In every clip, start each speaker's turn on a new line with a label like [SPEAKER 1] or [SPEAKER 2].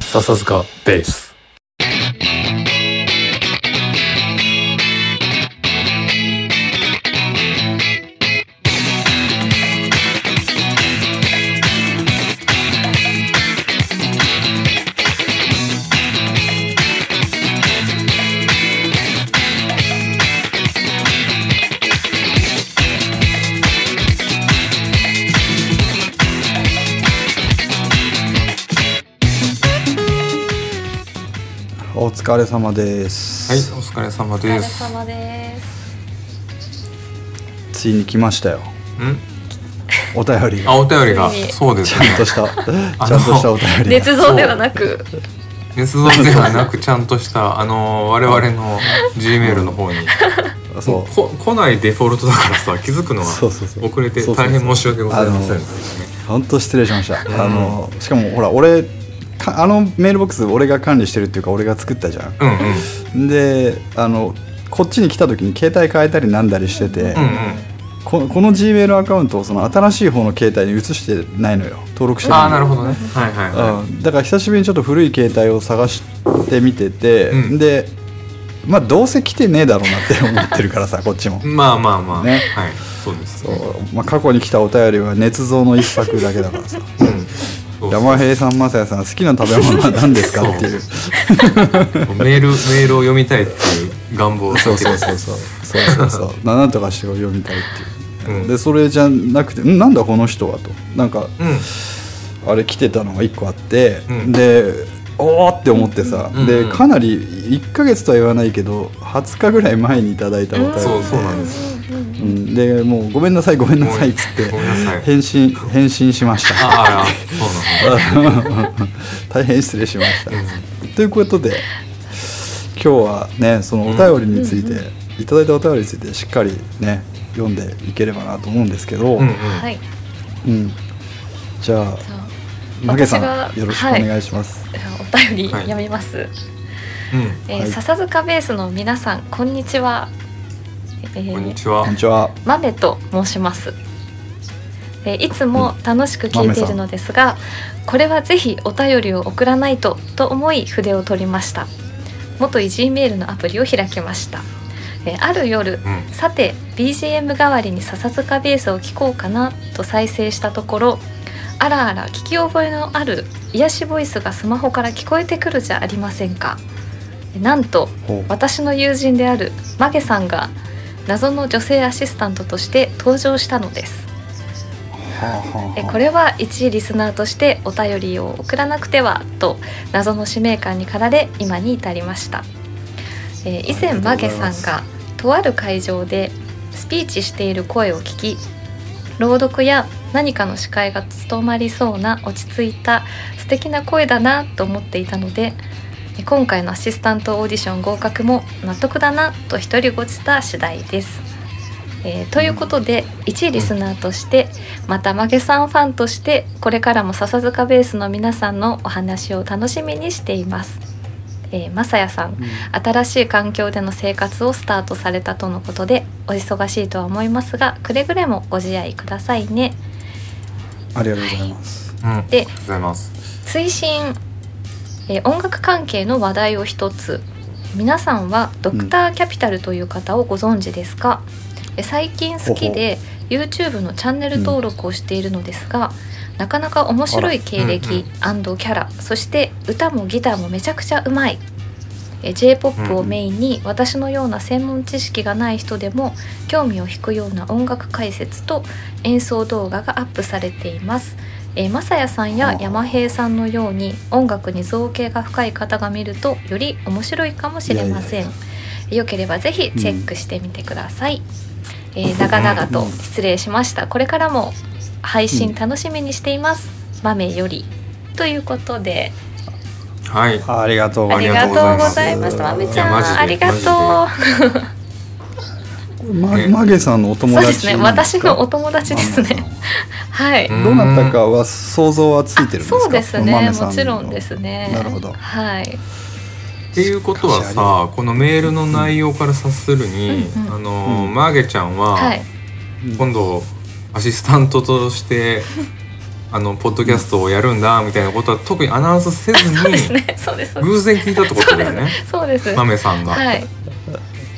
[SPEAKER 1] 笹塚ベース
[SPEAKER 2] お疲れ様です、
[SPEAKER 3] はい、お疲れ様
[SPEAKER 4] お疲
[SPEAKER 3] で
[SPEAKER 4] れ
[SPEAKER 3] す。
[SPEAKER 4] 様です。
[SPEAKER 2] ついに来ましたよ
[SPEAKER 3] ん
[SPEAKER 2] お便り
[SPEAKER 3] あ、
[SPEAKER 2] が
[SPEAKER 3] お便りが
[SPEAKER 4] ついに、
[SPEAKER 3] そうで
[SPEAKER 2] ち
[SPEAKER 3] す
[SPEAKER 2] ゃんと
[SPEAKER 3] ね。
[SPEAKER 2] したちゃ
[SPEAKER 3] あの
[SPEAKER 2] んとしたお便りが
[SPEAKER 4] 捏造ではなく、
[SPEAKER 3] 捏造ではなく、ちゃんとした、あの、我々の G メールの方に。
[SPEAKER 2] そう
[SPEAKER 3] こ来ないデフォルトだからさ、気づくのは
[SPEAKER 2] そうそうそう
[SPEAKER 3] 遅れて
[SPEAKER 2] そうそうそ
[SPEAKER 3] 大
[SPEAKER 2] う
[SPEAKER 3] 変申し訳ございません
[SPEAKER 2] あ
[SPEAKER 3] ね
[SPEAKER 2] の。本当失礼しましたあのしかもほら俺かあのメールボックス俺が管理してるっていうか俺が作ったじゃ
[SPEAKER 3] うんうん。うん
[SPEAKER 2] んであのこっちに来た時に携帯変えたりなんだりしてて、
[SPEAKER 3] うん。
[SPEAKER 2] ここの G メールアカウントをその新しい方の携帯に移してないのよ登録してないの
[SPEAKER 3] ああ、なるほどね。はいはいは
[SPEAKER 2] うんだから久しぶりにちょっと古い携帯を探してみてて、
[SPEAKER 3] うん
[SPEAKER 2] でまあどうせ来てねえだろうなって思ってる からさこっちも
[SPEAKER 3] い。まあまあまあ。は
[SPEAKER 2] ね
[SPEAKER 3] い。そうです。
[SPEAKER 2] そう、まあ、過去に来たお便りは捏造の一作だけだ からさ
[SPEAKER 3] うん。そうそう
[SPEAKER 2] 山平さん雅也さん好きな食べ物は何ですかっていう
[SPEAKER 3] メール、メールを読みたいっていう願望を
[SPEAKER 2] そう
[SPEAKER 3] 先
[SPEAKER 2] そう
[SPEAKER 3] に
[SPEAKER 2] そうそうそうそうそう なんとかして読みたいっていう、
[SPEAKER 3] うん
[SPEAKER 2] でそれじゃなくてんなんだこの人はとなんか
[SPEAKER 3] うん。
[SPEAKER 2] あれ来てたのが1個あって、
[SPEAKER 3] うん
[SPEAKER 2] でおーって思ってさ、
[SPEAKER 3] うん
[SPEAKER 2] で
[SPEAKER 3] うん
[SPEAKER 2] かなり1ヶ月とは言わないけど20日ぐらい前にいただいたお便りで
[SPEAKER 3] そう、そうなんです。
[SPEAKER 2] うんでもう「ごめんなさいごめんなさい」っつって
[SPEAKER 3] ごめんなさい
[SPEAKER 2] 返信返信しまし
[SPEAKER 3] あ
[SPEAKER 2] た
[SPEAKER 3] あら、そうなんだ。
[SPEAKER 2] 大変失礼しました、ということで今日はねそのお便りについて、いただいたお便りについてしっかりね読んでいければなと思うんですけど、
[SPEAKER 3] うんうん。
[SPEAKER 4] はい。
[SPEAKER 2] うんじゃあ
[SPEAKER 4] じゃあ
[SPEAKER 2] マゲさ
[SPEAKER 4] 私が
[SPEAKER 2] んよろしくお
[SPEAKER 4] はい
[SPEAKER 2] 願いします、
[SPEAKER 4] お便り読みます。
[SPEAKER 3] うん。
[SPEAKER 4] えー
[SPEAKER 2] はい
[SPEAKER 4] 笹塚ベースの皆さん、こんにちは。えー
[SPEAKER 3] こんにちは
[SPEAKER 2] こん。にちは
[SPEAKER 4] 豆と申します。えーいつも楽しく聞いているのですが、これはぜひお便りを送らないとと思い筆を取りました。元 G メールのアプリを開きました。えーある夜、
[SPEAKER 3] うん。
[SPEAKER 4] さて BGM 代わりに笹塚ベースを聴こうかなと再生したところあらあら聞き覚えのある癒しボイスがスマホから聞こえてくるじゃありませんかなんと
[SPEAKER 2] ほう
[SPEAKER 4] 私の友人であるマゲさんが謎の女性アシスタントとして登場したのです
[SPEAKER 2] はあはあ
[SPEAKER 4] えこれは一リスナーとしてお便りを送らなくてはと謎の使命感に駆られ今に至りました、えー以
[SPEAKER 2] あ
[SPEAKER 4] 前
[SPEAKER 2] りがと
[SPEAKER 4] マ
[SPEAKER 2] うござ
[SPEAKER 4] ゲ
[SPEAKER 2] いま
[SPEAKER 4] さん
[SPEAKER 2] す
[SPEAKER 4] がとある会場でスピーチしている声を聞き朗読や何かの司会が務まりそうな落ち着いた素敵な声だなと思っていたのでえ今回のアシスタントオーディション合格も納得だなと独り言した次第です。えーということで一リスナーとしてまたマゲさんファンとしてこれからも笹塚ベースの皆さんのお話を楽しみにしています。えー、まさやさん新しい環境での生活をスタートされたとのことでお忙しいとは思いますがくれぐれもご自愛くださいね
[SPEAKER 2] ありがとうございます。
[SPEAKER 3] うん。
[SPEAKER 4] で
[SPEAKER 3] ございます。
[SPEAKER 4] 追伸、えー音楽関係の話題を一つ皆さんはドクターキャピタルという方をご存知ですか、え最近好きで YouTube のチャンネル登録をしているのですが、なかなか面白い経歴
[SPEAKER 3] あらうんうん
[SPEAKER 4] キャラそして歌もギターもめちゃくちゃうまいえ J-POP をメインに私のような専門知識がない人でも興味を引くような音楽解説と演奏動画がアップされていますえー、マサヤさん
[SPEAKER 2] は
[SPEAKER 4] や
[SPEAKER 2] あ
[SPEAKER 4] 山平さんのように音楽に造形が深い方が見るとより面白いかもしれません
[SPEAKER 2] いや
[SPEAKER 4] よければぜひチェックしてみてください、えー長々と失礼しましたこれからも配信楽しみにしています、豆よりということで
[SPEAKER 3] はい。
[SPEAKER 2] ありがとう
[SPEAKER 4] あ
[SPEAKER 3] あ
[SPEAKER 4] り
[SPEAKER 3] り
[SPEAKER 4] が
[SPEAKER 3] が
[SPEAKER 4] と
[SPEAKER 3] と
[SPEAKER 4] う
[SPEAKER 3] う
[SPEAKER 4] ご
[SPEAKER 3] ご
[SPEAKER 4] ざ
[SPEAKER 3] ざ
[SPEAKER 4] い
[SPEAKER 3] い
[SPEAKER 4] ま
[SPEAKER 3] ます
[SPEAKER 2] す
[SPEAKER 4] まめち
[SPEAKER 3] い
[SPEAKER 4] ゃ
[SPEAKER 3] やマジ
[SPEAKER 4] ん
[SPEAKER 3] で
[SPEAKER 4] ありがとう
[SPEAKER 3] マ
[SPEAKER 2] ま
[SPEAKER 3] ね
[SPEAKER 2] マゲさんのお友
[SPEAKER 4] そう
[SPEAKER 2] 達
[SPEAKER 4] ですね
[SPEAKER 2] なんです
[SPEAKER 4] 私
[SPEAKER 2] か
[SPEAKER 4] のお友達ですね はい
[SPEAKER 3] うん
[SPEAKER 2] どうなったかは想像はついてるんですか。
[SPEAKER 4] そうです
[SPEAKER 2] この
[SPEAKER 4] ね
[SPEAKER 2] 豆さの
[SPEAKER 4] もちろんですね
[SPEAKER 2] なるほど
[SPEAKER 4] はい
[SPEAKER 3] っていうことはさ、このメールの内容から察するに、
[SPEAKER 4] うんうん
[SPEAKER 3] あのー、
[SPEAKER 2] うん
[SPEAKER 3] マーゲちゃんは、
[SPEAKER 4] はい
[SPEAKER 3] 今度アシスタントとしてあのポッドキャストをやるんだみたいなことは特にアナウンスせず
[SPEAKER 4] そうです
[SPEAKER 3] に
[SPEAKER 4] ねそうですそうです
[SPEAKER 3] 偶然聞いたってことだよね
[SPEAKER 4] そうです
[SPEAKER 3] マメさんが、
[SPEAKER 4] はい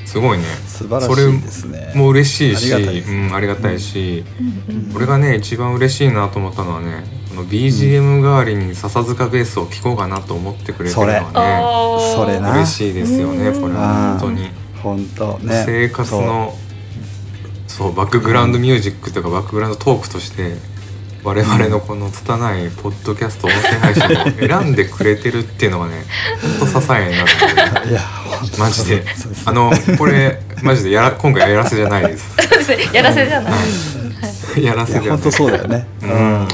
[SPEAKER 3] すごいね
[SPEAKER 2] 素晴らしいですね
[SPEAKER 3] もう嬉しいし
[SPEAKER 2] ありがたいです
[SPEAKER 3] うん、ありがたいし、
[SPEAKER 4] うんうん
[SPEAKER 3] 俺がね一番嬉しいなと思ったのはねあの BGM 代わりに笹塚ベースを聴こうかなと思ってくれてるのは
[SPEAKER 4] おー
[SPEAKER 2] それ
[SPEAKER 3] ね
[SPEAKER 2] な
[SPEAKER 3] 嬉しいですよね
[SPEAKER 4] うん
[SPEAKER 3] これは本当に。
[SPEAKER 2] 本当ね
[SPEAKER 3] 生活のそうバックグラウンドミュージックとかバックグラウンドトークとして我々のこの拙いポッドキャスト音声配信を選んでくれてるっていうのがね本当支えになるんだよ ね
[SPEAKER 2] そういや本当
[SPEAKER 3] マジで
[SPEAKER 2] そうです
[SPEAKER 3] あのこれマジでやら今回やらせじゃないです
[SPEAKER 4] そうです ねやらせじゃない
[SPEAKER 3] やら
[SPEAKER 2] い
[SPEAKER 3] せ
[SPEAKER 2] や
[SPEAKER 3] で
[SPEAKER 2] 本
[SPEAKER 3] はない
[SPEAKER 2] 当そうだよね
[SPEAKER 3] う
[SPEAKER 2] うんん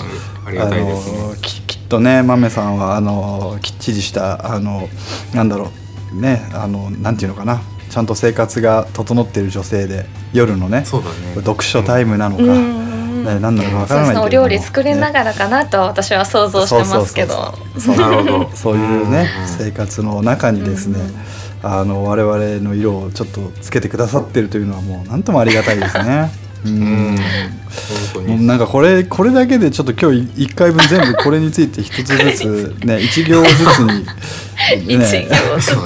[SPEAKER 3] ありがたいです
[SPEAKER 2] あ
[SPEAKER 3] ね
[SPEAKER 2] のききっとね豆さんはあのきっちりしたあのなんだろうねあのなんていうのかなちゃんと生活が整っている女性で夜のね
[SPEAKER 3] そうだね
[SPEAKER 2] 読書タイムなのか、
[SPEAKER 4] うんうん
[SPEAKER 2] ね、何なのかわ
[SPEAKER 4] そ
[SPEAKER 2] から
[SPEAKER 4] うで
[SPEAKER 2] な
[SPEAKER 4] す
[SPEAKER 2] い
[SPEAKER 4] ねお料理作れな
[SPEAKER 2] ら
[SPEAKER 4] がらかなとは私は想像してますけど
[SPEAKER 2] そう
[SPEAKER 3] なるほど
[SPEAKER 2] そういうね、
[SPEAKER 3] ん
[SPEAKER 2] 生活の中にですね、あの我々の色をちょっとつけてくださってるというのはもう何ともありがたいです ね。う
[SPEAKER 3] うん
[SPEAKER 2] ん
[SPEAKER 3] 本当
[SPEAKER 2] もう
[SPEAKER 3] に
[SPEAKER 2] なんかこれこれだけでちょっと今日い一回分全部これについて一つずつ ね一行ずつに
[SPEAKER 4] 一
[SPEAKER 2] ね
[SPEAKER 4] 行
[SPEAKER 3] そうだ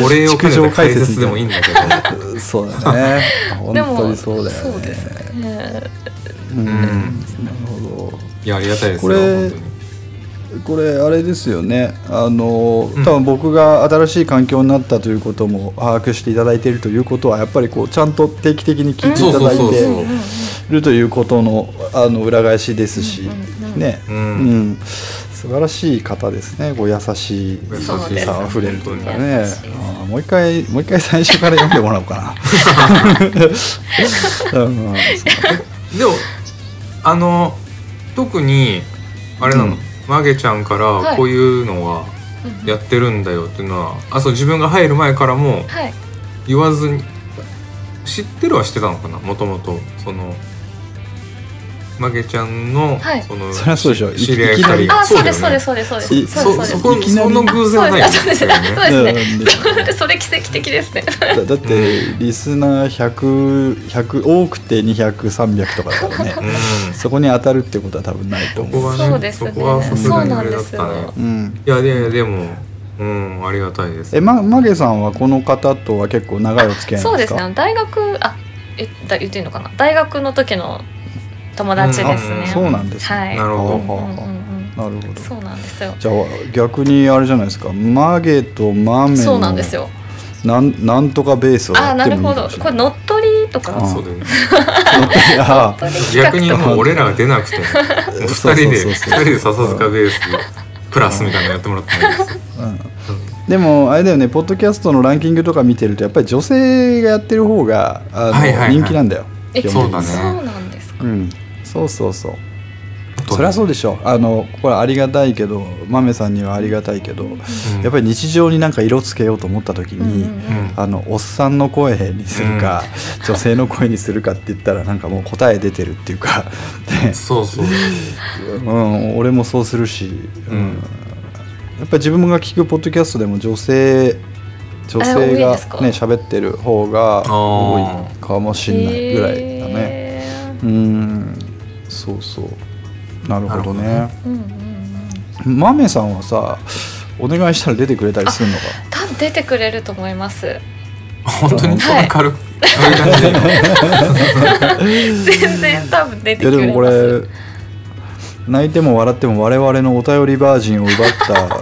[SPEAKER 3] ねお礼を兼ねた解説でもいいんだけど
[SPEAKER 2] そうだ ね本
[SPEAKER 4] でも
[SPEAKER 2] 当にそうだよね
[SPEAKER 4] そうですね
[SPEAKER 2] うん
[SPEAKER 3] うん
[SPEAKER 2] なるほど
[SPEAKER 3] いやありがたいです
[SPEAKER 2] こ
[SPEAKER 3] よ
[SPEAKER 2] れ
[SPEAKER 3] 本当に
[SPEAKER 2] これあれですよねあの
[SPEAKER 3] うん
[SPEAKER 2] 多分僕が新しい環境になったということも把握していただいているということはやっぱりこうちゃんと定期的に聞いていただい
[SPEAKER 3] そうそうそうそう
[SPEAKER 2] てるということのあの裏返しですし、
[SPEAKER 4] うんうんうん
[SPEAKER 2] ね、
[SPEAKER 3] うん
[SPEAKER 2] うん素晴らしい方ですねこう優しい
[SPEAKER 3] 優しい
[SPEAKER 2] さあふれるというかね
[SPEAKER 4] 優しいです
[SPEAKER 2] あーもう一回もう一回最初から読んでもらおうかな。 うん
[SPEAKER 3] でもあの特にあれなの、
[SPEAKER 2] うん
[SPEAKER 3] マゲちゃんか
[SPEAKER 4] は
[SPEAKER 3] ら
[SPEAKER 4] い
[SPEAKER 3] こういうのはやってるんだよっていうのは、あそう自分が入る前からも
[SPEAKER 4] はい
[SPEAKER 3] 言わずに知ってるはしてたのかなもともとそのマゲちゃんの、
[SPEAKER 4] はい
[SPEAKER 3] その
[SPEAKER 2] そりゃそうでしょい
[SPEAKER 3] 知り合い
[SPEAKER 2] いきな
[SPEAKER 3] 二
[SPEAKER 2] り
[SPEAKER 3] 人
[SPEAKER 4] あそうですそう
[SPEAKER 3] だよね
[SPEAKER 4] ですそうですそうです
[SPEAKER 2] い
[SPEAKER 4] そう
[SPEAKER 3] そ
[SPEAKER 4] です
[SPEAKER 3] そ
[SPEAKER 4] そう
[SPEAKER 3] こ
[SPEAKER 2] いきなり
[SPEAKER 3] その偶然はない
[SPEAKER 4] あそうです
[SPEAKER 3] よね
[SPEAKER 4] そうで
[SPEAKER 2] うん
[SPEAKER 4] です それ奇跡的ですね
[SPEAKER 2] だだってリスナー100100多くて200300とかだからね
[SPEAKER 3] うん
[SPEAKER 2] そこに当たるってことは多分ないと
[SPEAKER 3] そ
[SPEAKER 2] 思
[SPEAKER 3] こ
[SPEAKER 2] う。
[SPEAKER 3] はね
[SPEAKER 4] そうですね
[SPEAKER 3] こはさすがにあれだっ
[SPEAKER 4] そう
[SPEAKER 3] た
[SPEAKER 4] なん
[SPEAKER 3] ね
[SPEAKER 4] ですよ
[SPEAKER 2] うん、
[SPEAKER 3] いやいやいやでもうんありがたいです
[SPEAKER 2] えまマゲさんはこの方とは結構長いお付き合いな
[SPEAKER 4] そ
[SPEAKER 2] ん
[SPEAKER 4] う
[SPEAKER 2] で
[SPEAKER 4] ですす
[SPEAKER 2] か
[SPEAKER 4] ね大学あえだ言っていいのかな大学の時の友達です
[SPEAKER 3] うん
[SPEAKER 4] ね
[SPEAKER 3] あ
[SPEAKER 2] そうなんですね
[SPEAKER 4] はい
[SPEAKER 3] なるほど
[SPEAKER 4] うんうん
[SPEAKER 2] はあは
[SPEAKER 4] うん
[SPEAKER 2] なるほど
[SPEAKER 4] うんそうなんですよ
[SPEAKER 2] じゃあ逆にあれじゃないですかマゲとマメの
[SPEAKER 4] そうなんですよ
[SPEAKER 2] なんなんとかベースをや
[SPEAKER 4] あ
[SPEAKER 2] っ
[SPEAKER 4] な
[SPEAKER 2] て
[SPEAKER 4] る
[SPEAKER 2] もい
[SPEAKER 4] ほ
[SPEAKER 2] いか
[SPEAKER 4] ど
[SPEAKER 2] もしれな
[SPEAKER 4] これ
[SPEAKER 2] い
[SPEAKER 4] 乗っ取りとか
[SPEAKER 2] あ
[SPEAKER 3] そうだよね
[SPEAKER 2] い や
[SPEAKER 4] 乗っ取り企画
[SPEAKER 3] 逆にもう俺らが出なくても
[SPEAKER 2] そう
[SPEAKER 3] 二
[SPEAKER 2] そ
[SPEAKER 3] 人
[SPEAKER 2] う
[SPEAKER 3] で
[SPEAKER 2] そう
[SPEAKER 3] 二
[SPEAKER 2] そう
[SPEAKER 3] 人で笹塚ベースプラスみたいなのやってもらったんですよ
[SPEAKER 2] うんでもあれだよねポッドキャストのランキングとか見てるとやっぱり女性がやってる方があの、
[SPEAKER 3] はいはいはい
[SPEAKER 2] 人気なんだよ
[SPEAKER 4] え
[SPEAKER 2] 基本
[SPEAKER 3] そうだね
[SPEAKER 4] そうなんですか
[SPEAKER 2] うん、そうそうそうそりゃそうでしょあのこれありがたいけどマメさんにはありがたいけど、
[SPEAKER 3] うん
[SPEAKER 2] やっぱり日常になんか色つけようと思った時に、
[SPEAKER 4] うんうん
[SPEAKER 3] うん
[SPEAKER 2] あのおっさんの声にするか、女性の声にするかって言ったらなんかもう答え出てるっていう か、ね
[SPEAKER 3] そうそう
[SPEAKER 2] うん、俺もそうするし、うん
[SPEAKER 3] うん
[SPEAKER 2] やっぱり自分が聞くポッドキャストでも女性女性
[SPEAKER 4] 多い
[SPEAKER 2] が
[SPEAKER 4] ですか
[SPEAKER 2] ね喋ってる方が多いかもしれないぐらいだね。
[SPEAKER 4] へー
[SPEAKER 2] うんそうそうなるほど
[SPEAKER 3] なる
[SPEAKER 2] ね
[SPEAKER 4] うんうんうん
[SPEAKER 2] マメさんはさお願いしたら出てくれたりするのか
[SPEAKER 4] 多分出てくれると思います
[SPEAKER 3] 本当にそん
[SPEAKER 4] は
[SPEAKER 3] ない軽く軽い感じで
[SPEAKER 4] 全然多分出
[SPEAKER 2] い
[SPEAKER 4] て
[SPEAKER 2] や
[SPEAKER 4] く
[SPEAKER 2] で
[SPEAKER 4] れ
[SPEAKER 2] もこ
[SPEAKER 4] ます
[SPEAKER 2] れ泣いても笑っても我々のお便りバージンを奪った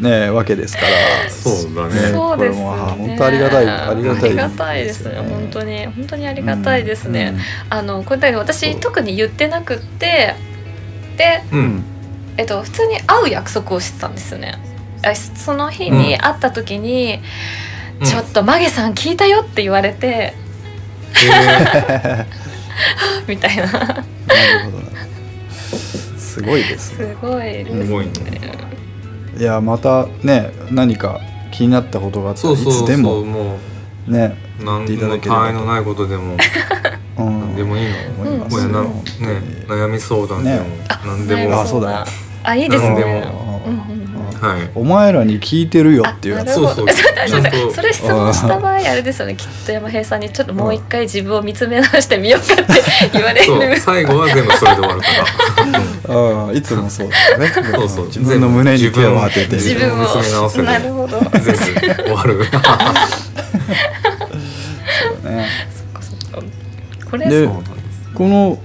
[SPEAKER 2] ねわけですから
[SPEAKER 3] そうだ
[SPEAKER 2] れね
[SPEAKER 4] そうですね
[SPEAKER 2] これもあ本当ありがたいありがたい
[SPEAKER 4] ありがたいですね
[SPEAKER 2] ですね
[SPEAKER 4] 本当に本当にありがたいですね、あのこれだけど
[SPEAKER 2] そ
[SPEAKER 4] 私
[SPEAKER 2] う
[SPEAKER 4] 特に言ってなくってで、
[SPEAKER 3] う
[SPEAKER 2] うんん
[SPEAKER 4] えっと、普通に会う約束をしてたんですよねあその日に会った時に「ちょっとマゲさん聞いたよ」って言われて、
[SPEAKER 3] え
[SPEAKER 4] みたいな
[SPEAKER 2] なるほどなすごいですね
[SPEAKER 4] すごいです
[SPEAKER 3] ーす
[SPEAKER 4] ね
[SPEAKER 3] ごいね
[SPEAKER 2] いやまたね何か気になったことがあったら
[SPEAKER 3] そ
[SPEAKER 2] いう
[SPEAKER 3] そうそ
[SPEAKER 2] つ
[SPEAKER 3] う
[SPEAKER 2] でも
[SPEAKER 3] も
[SPEAKER 2] ね
[SPEAKER 3] う
[SPEAKER 2] 言
[SPEAKER 3] 何
[SPEAKER 2] っていただ
[SPEAKER 3] の
[SPEAKER 2] ければ
[SPEAKER 3] 他愛のないことでも
[SPEAKER 2] うん
[SPEAKER 3] 何でもいい
[SPEAKER 2] 思い
[SPEAKER 3] の
[SPEAKER 2] ま
[SPEAKER 3] こ
[SPEAKER 2] すよ
[SPEAKER 3] れなね
[SPEAKER 2] 本当に
[SPEAKER 3] 悩み相談でも
[SPEAKER 2] ね
[SPEAKER 3] 何で
[SPEAKER 4] 悩み
[SPEAKER 3] も
[SPEAKER 2] あそうだよ
[SPEAKER 4] あいいです
[SPEAKER 3] 何
[SPEAKER 4] ね
[SPEAKER 3] でも
[SPEAKER 4] うんうんうん
[SPEAKER 3] はい
[SPEAKER 2] お前らに聞いてるよっていう
[SPEAKER 4] あ
[SPEAKER 2] や
[SPEAKER 4] な
[SPEAKER 2] つ
[SPEAKER 4] る
[SPEAKER 3] そ
[SPEAKER 4] ほ
[SPEAKER 3] う
[SPEAKER 4] ど
[SPEAKER 3] そうちゃんと
[SPEAKER 4] それ質問した場合あれですよねきっと山平さんにちょっともう一回自分を見つめ直してみようかって言われ
[SPEAKER 3] そう
[SPEAKER 4] る
[SPEAKER 3] 最後は全部それで終わるからう
[SPEAKER 2] あ
[SPEAKER 3] ん
[SPEAKER 2] あいつもそうだね
[SPEAKER 3] そうそう
[SPEAKER 2] 自分の胸に手を当てて
[SPEAKER 4] 自
[SPEAKER 3] 自
[SPEAKER 4] 分
[SPEAKER 3] 分を見つめ直せ
[SPEAKER 4] を
[SPEAKER 3] る
[SPEAKER 4] なるほど
[SPEAKER 3] 全部終わる
[SPEAKER 2] ね
[SPEAKER 4] これ
[SPEAKER 2] で
[SPEAKER 3] そうなんです
[SPEAKER 2] この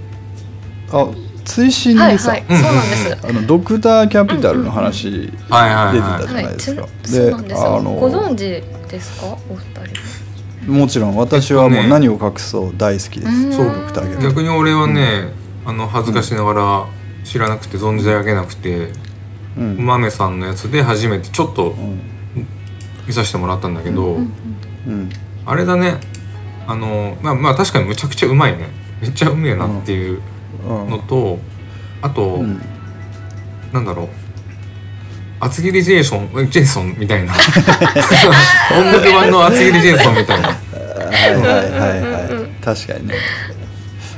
[SPEAKER 2] あ追伸
[SPEAKER 4] はい
[SPEAKER 2] でさ、
[SPEAKER 4] はい、そうなんです。
[SPEAKER 2] あのドクターキャピタルの話出て
[SPEAKER 3] はいはい
[SPEAKER 2] たじゃな
[SPEAKER 4] は
[SPEAKER 2] い
[SPEAKER 4] い、
[SPEAKER 2] ですか。
[SPEAKER 4] ちそうなんですよ。
[SPEAKER 2] あの
[SPEAKER 4] ご存知ですか、お二人。
[SPEAKER 2] もちろん私はも
[SPEAKER 3] えっ
[SPEAKER 2] う
[SPEAKER 3] とね
[SPEAKER 2] 何を隠そう大好きです。
[SPEAKER 3] そう
[SPEAKER 2] ドクターキャピタル。
[SPEAKER 3] 逆に俺はね、あの恥ずかしながら知らなくて存じ上げなくて、
[SPEAKER 2] うん
[SPEAKER 3] うまめさんのやつで初めてちょっと
[SPEAKER 2] うん
[SPEAKER 3] 見させてもらったんだけど、
[SPEAKER 4] うん
[SPEAKER 2] うん
[SPEAKER 3] あれだねあのまあまあ確かにむちゃくちゃうまいねめっちゃうめえなっていうのと、あと、
[SPEAKER 2] うんうん
[SPEAKER 3] なんだろう厚切りジェイソンジェイソンみた いな音楽版の厚切りジェイソンみたいな
[SPEAKER 2] はいはいはい
[SPEAKER 4] うん
[SPEAKER 2] は
[SPEAKER 4] うん
[SPEAKER 2] い確かにね。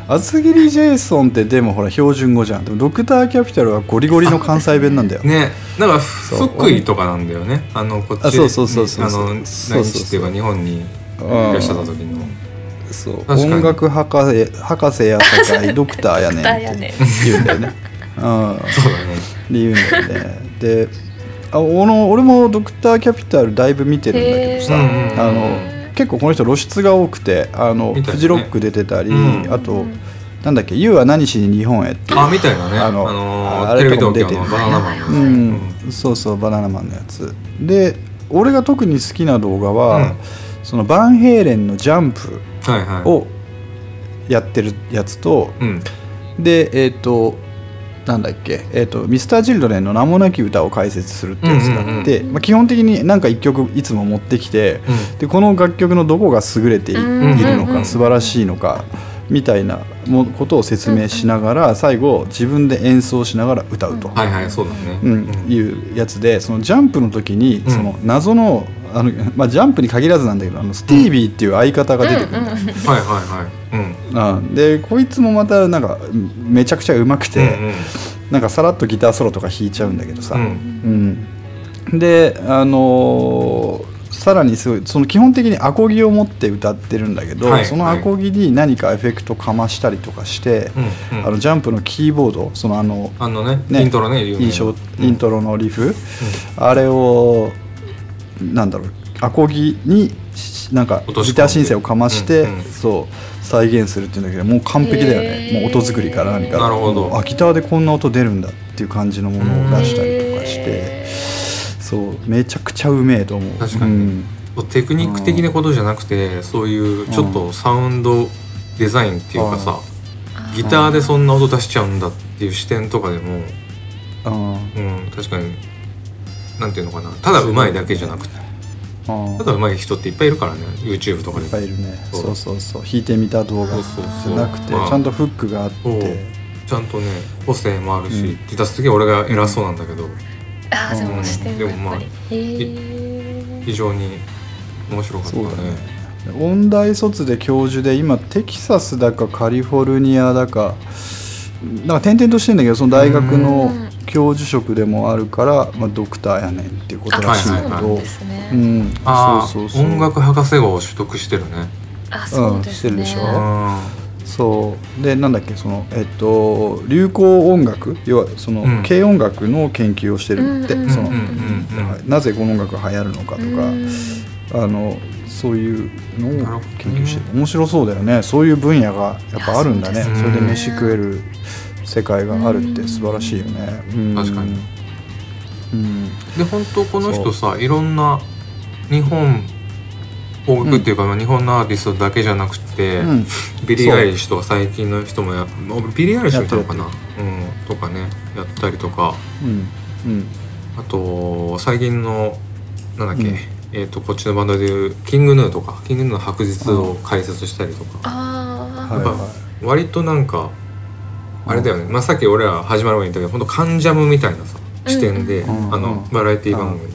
[SPEAKER 2] 厚切りジェイソンってでもほら標準語じゃん。でもドクターキャピタルはゴリゴリの関西弁なんだよ。
[SPEAKER 3] ねなんか
[SPEAKER 2] そう
[SPEAKER 3] 福井とかなんだよねあのこっち
[SPEAKER 2] あそうそうそうそう
[SPEAKER 3] あの来
[SPEAKER 2] そうそうそう
[SPEAKER 3] 日っていうか日本にいらっしゃった時の
[SPEAKER 2] そう
[SPEAKER 3] 確かに
[SPEAKER 2] 音楽博士博士やさかいドクターやね
[SPEAKER 4] ドクターや
[SPEAKER 2] ん
[SPEAKER 4] ね
[SPEAKER 2] っ
[SPEAKER 4] ん
[SPEAKER 2] て言うんだよね。うん
[SPEAKER 3] そうだね
[SPEAKER 2] って言うんだよねであおの俺も「ドクターキャピタル」だいぶ見てるんだけどさ、
[SPEAKER 3] へー
[SPEAKER 2] あの結構この人露出が多くてあの、
[SPEAKER 3] みたいだね
[SPEAKER 2] フジロック出てたり、
[SPEAKER 3] うん
[SPEAKER 2] あとなんだっけ「YOU は何しに日本へ」っていう
[SPEAKER 3] あみたいなね
[SPEAKER 2] あ
[SPEAKER 3] あ
[SPEAKER 2] の
[SPEAKER 3] の
[SPEAKER 2] あ
[SPEAKER 3] テ
[SPEAKER 2] れ
[SPEAKER 3] レ
[SPEAKER 2] と
[SPEAKER 3] ビ
[SPEAKER 2] かも
[SPEAKER 3] 東
[SPEAKER 2] 出て
[SPEAKER 3] 京
[SPEAKER 2] る
[SPEAKER 3] のバナナマンの、
[SPEAKER 2] うん、そうそうバナナマンのやつで俺が特に好きな動画は、
[SPEAKER 3] うん
[SPEAKER 2] そのバンヘイレンの「ジャンプ
[SPEAKER 3] はいは」い
[SPEAKER 2] をやってるやつと、
[SPEAKER 3] うん
[SPEAKER 2] でえっ、となんだっけ、えー、とミスター・ジルドレンの「名もなき歌」を解説するってやつがあって、
[SPEAKER 4] うんうん
[SPEAKER 2] まあ、基本的になんか1曲いつも持ってきて
[SPEAKER 3] う
[SPEAKER 2] でこの楽曲のどこが優れていい
[SPEAKER 4] うん
[SPEAKER 3] うん
[SPEAKER 2] るの
[SPEAKER 3] うんう
[SPEAKER 2] か
[SPEAKER 3] ん
[SPEAKER 2] 素晴らしいのかみたいなもことを説明しながら最後自分で演奏しながら歌うと
[SPEAKER 3] ん、、はいはいそうだね、
[SPEAKER 2] う、
[SPEAKER 3] うん
[SPEAKER 2] いうやつでそのジャンプの時に
[SPEAKER 3] うん
[SPEAKER 2] その謎のあの、まあ、ジャンプに限らずなんだけどあのスティービーっていう相方が出てくるんだよね
[SPEAKER 3] はいはいはいうん
[SPEAKER 2] あでこいつもまたなんかめちゃくちゃうまくて、
[SPEAKER 3] うんうん
[SPEAKER 2] なんかさらっとギターソロとか弾いちゃうんだけどさ、
[SPEAKER 3] うん
[SPEAKER 2] うんであのーさらにすごいその基本的にアコギを持って歌ってるんだけど、
[SPEAKER 3] はい
[SPEAKER 2] そのアコギに何かエフェクトかましたりとかして、
[SPEAKER 3] うんうん
[SPEAKER 2] あのジャンプのキーボードそのあの
[SPEAKER 3] あのね
[SPEAKER 2] ね
[SPEAKER 3] イントロね有名な
[SPEAKER 2] 印象イントロのリフ、あれをなんだろうアコギにしなんかギ
[SPEAKER 3] 落とし込んで
[SPEAKER 2] ターシンセをかまして、
[SPEAKER 3] うんうん
[SPEAKER 2] そう再現するっていうんだけどもう完璧だよね、
[SPEAKER 4] へー
[SPEAKER 2] もう音作りから何から
[SPEAKER 3] なるほど
[SPEAKER 2] もうあギターでこんな音出るんだっていう感じのものを出したりとかして、
[SPEAKER 4] へ
[SPEAKER 2] そうめちゃくちゃうめえと思う
[SPEAKER 3] 確かに
[SPEAKER 2] うん
[SPEAKER 3] テクニック的なことじゃなくてそういうちょっとサウンドデザインっていうかさ
[SPEAKER 4] ー
[SPEAKER 3] ギターでそんな音出しちゃうんだっていう視点とかでも、
[SPEAKER 2] あー
[SPEAKER 3] うん、確かになんていうのかなただ上手いだけじゃなくて
[SPEAKER 2] あー
[SPEAKER 3] ただ上手い人っていっぱいいるからね YouTube とか
[SPEAKER 2] い
[SPEAKER 3] で
[SPEAKER 2] っぱいいるね
[SPEAKER 3] そう
[SPEAKER 2] そうそうそう弾いてみた動画
[SPEAKER 3] そう
[SPEAKER 2] じ
[SPEAKER 3] そう
[SPEAKER 2] ゃ
[SPEAKER 3] そう
[SPEAKER 2] なくてち
[SPEAKER 3] まあ
[SPEAKER 2] ゃんとフックがあっ
[SPEAKER 3] そう
[SPEAKER 2] て
[SPEAKER 3] ちゃんとね個性もあるし、
[SPEAKER 2] うん
[SPEAKER 3] ギターすげえ俺が偉そうなんだけど、
[SPEAKER 4] あーでもしてる
[SPEAKER 3] うんでもまあ
[SPEAKER 4] やっぱりへー
[SPEAKER 3] 非常に面白かった
[SPEAKER 2] そ
[SPEAKER 3] ね
[SPEAKER 2] うだね音大卒で教授で今テキサスだかカリフォルニアだかなんか転々としてんだけどその大学の教授職でもあるから、まあ、ドクターやねんっていうことら
[SPEAKER 4] あ、
[SPEAKER 2] しい
[SPEAKER 4] そ
[SPEAKER 2] ん
[SPEAKER 4] う
[SPEAKER 2] だけ
[SPEAKER 3] はいは
[SPEAKER 4] ないん
[SPEAKER 2] ど
[SPEAKER 4] です
[SPEAKER 2] う
[SPEAKER 4] ね。
[SPEAKER 2] ん
[SPEAKER 3] ああ
[SPEAKER 2] そうそうそう
[SPEAKER 3] 音楽博士号を取得してるね
[SPEAKER 4] あ、そうです
[SPEAKER 2] うん
[SPEAKER 4] ね。
[SPEAKER 2] してるでし
[SPEAKER 3] う
[SPEAKER 2] ょ
[SPEAKER 3] ん
[SPEAKER 2] そうでなんだっけそのえっと流行音楽要はその、
[SPEAKER 3] うん
[SPEAKER 2] 軽音楽の研究をしてるんだって、
[SPEAKER 4] うんうんうん
[SPEAKER 2] そ
[SPEAKER 3] うん
[SPEAKER 2] の、
[SPEAKER 3] うんうん
[SPEAKER 2] はいなぜこの音楽が流行るのかとか、
[SPEAKER 4] うん
[SPEAKER 2] あのそういう
[SPEAKER 3] なる
[SPEAKER 2] のを
[SPEAKER 3] ほどね
[SPEAKER 2] 研究してる面白そうだよねそういう分野がやっぱあるんだね
[SPEAKER 4] い
[SPEAKER 2] そ
[SPEAKER 4] や
[SPEAKER 3] そうですね
[SPEAKER 2] れで飯食える世界があるって素晴らしいよね、うん
[SPEAKER 3] 確かに
[SPEAKER 2] うん
[SPEAKER 3] で本当この人さいろんな日本音楽っていうか、まあ日本のアーティストだけじゃなくて、
[SPEAKER 2] うん
[SPEAKER 3] ビリー・アイリッシュとか最近の人もやまあビリー・アイリッシュもいたのかな、
[SPEAKER 2] や
[SPEAKER 3] う
[SPEAKER 2] っ
[SPEAKER 3] ん、とかねやったりとか
[SPEAKER 2] うんうん
[SPEAKER 3] あと最近のなんだっけ、
[SPEAKER 2] うん
[SPEAKER 3] えっ、とこっちのバンドでいうキングヌーとかキングヌーの白日を解説したりとか、
[SPEAKER 4] あ
[SPEAKER 2] はい
[SPEAKER 3] やっ
[SPEAKER 2] は
[SPEAKER 3] ぱ割となんかあれだよね、まあ、さっき俺ら始まる前に言ったけど本当カンジャムみたいなさ視点で、
[SPEAKER 2] うんうん
[SPEAKER 3] あ
[SPEAKER 2] うん
[SPEAKER 3] のバラエティ番組の。
[SPEAKER 2] い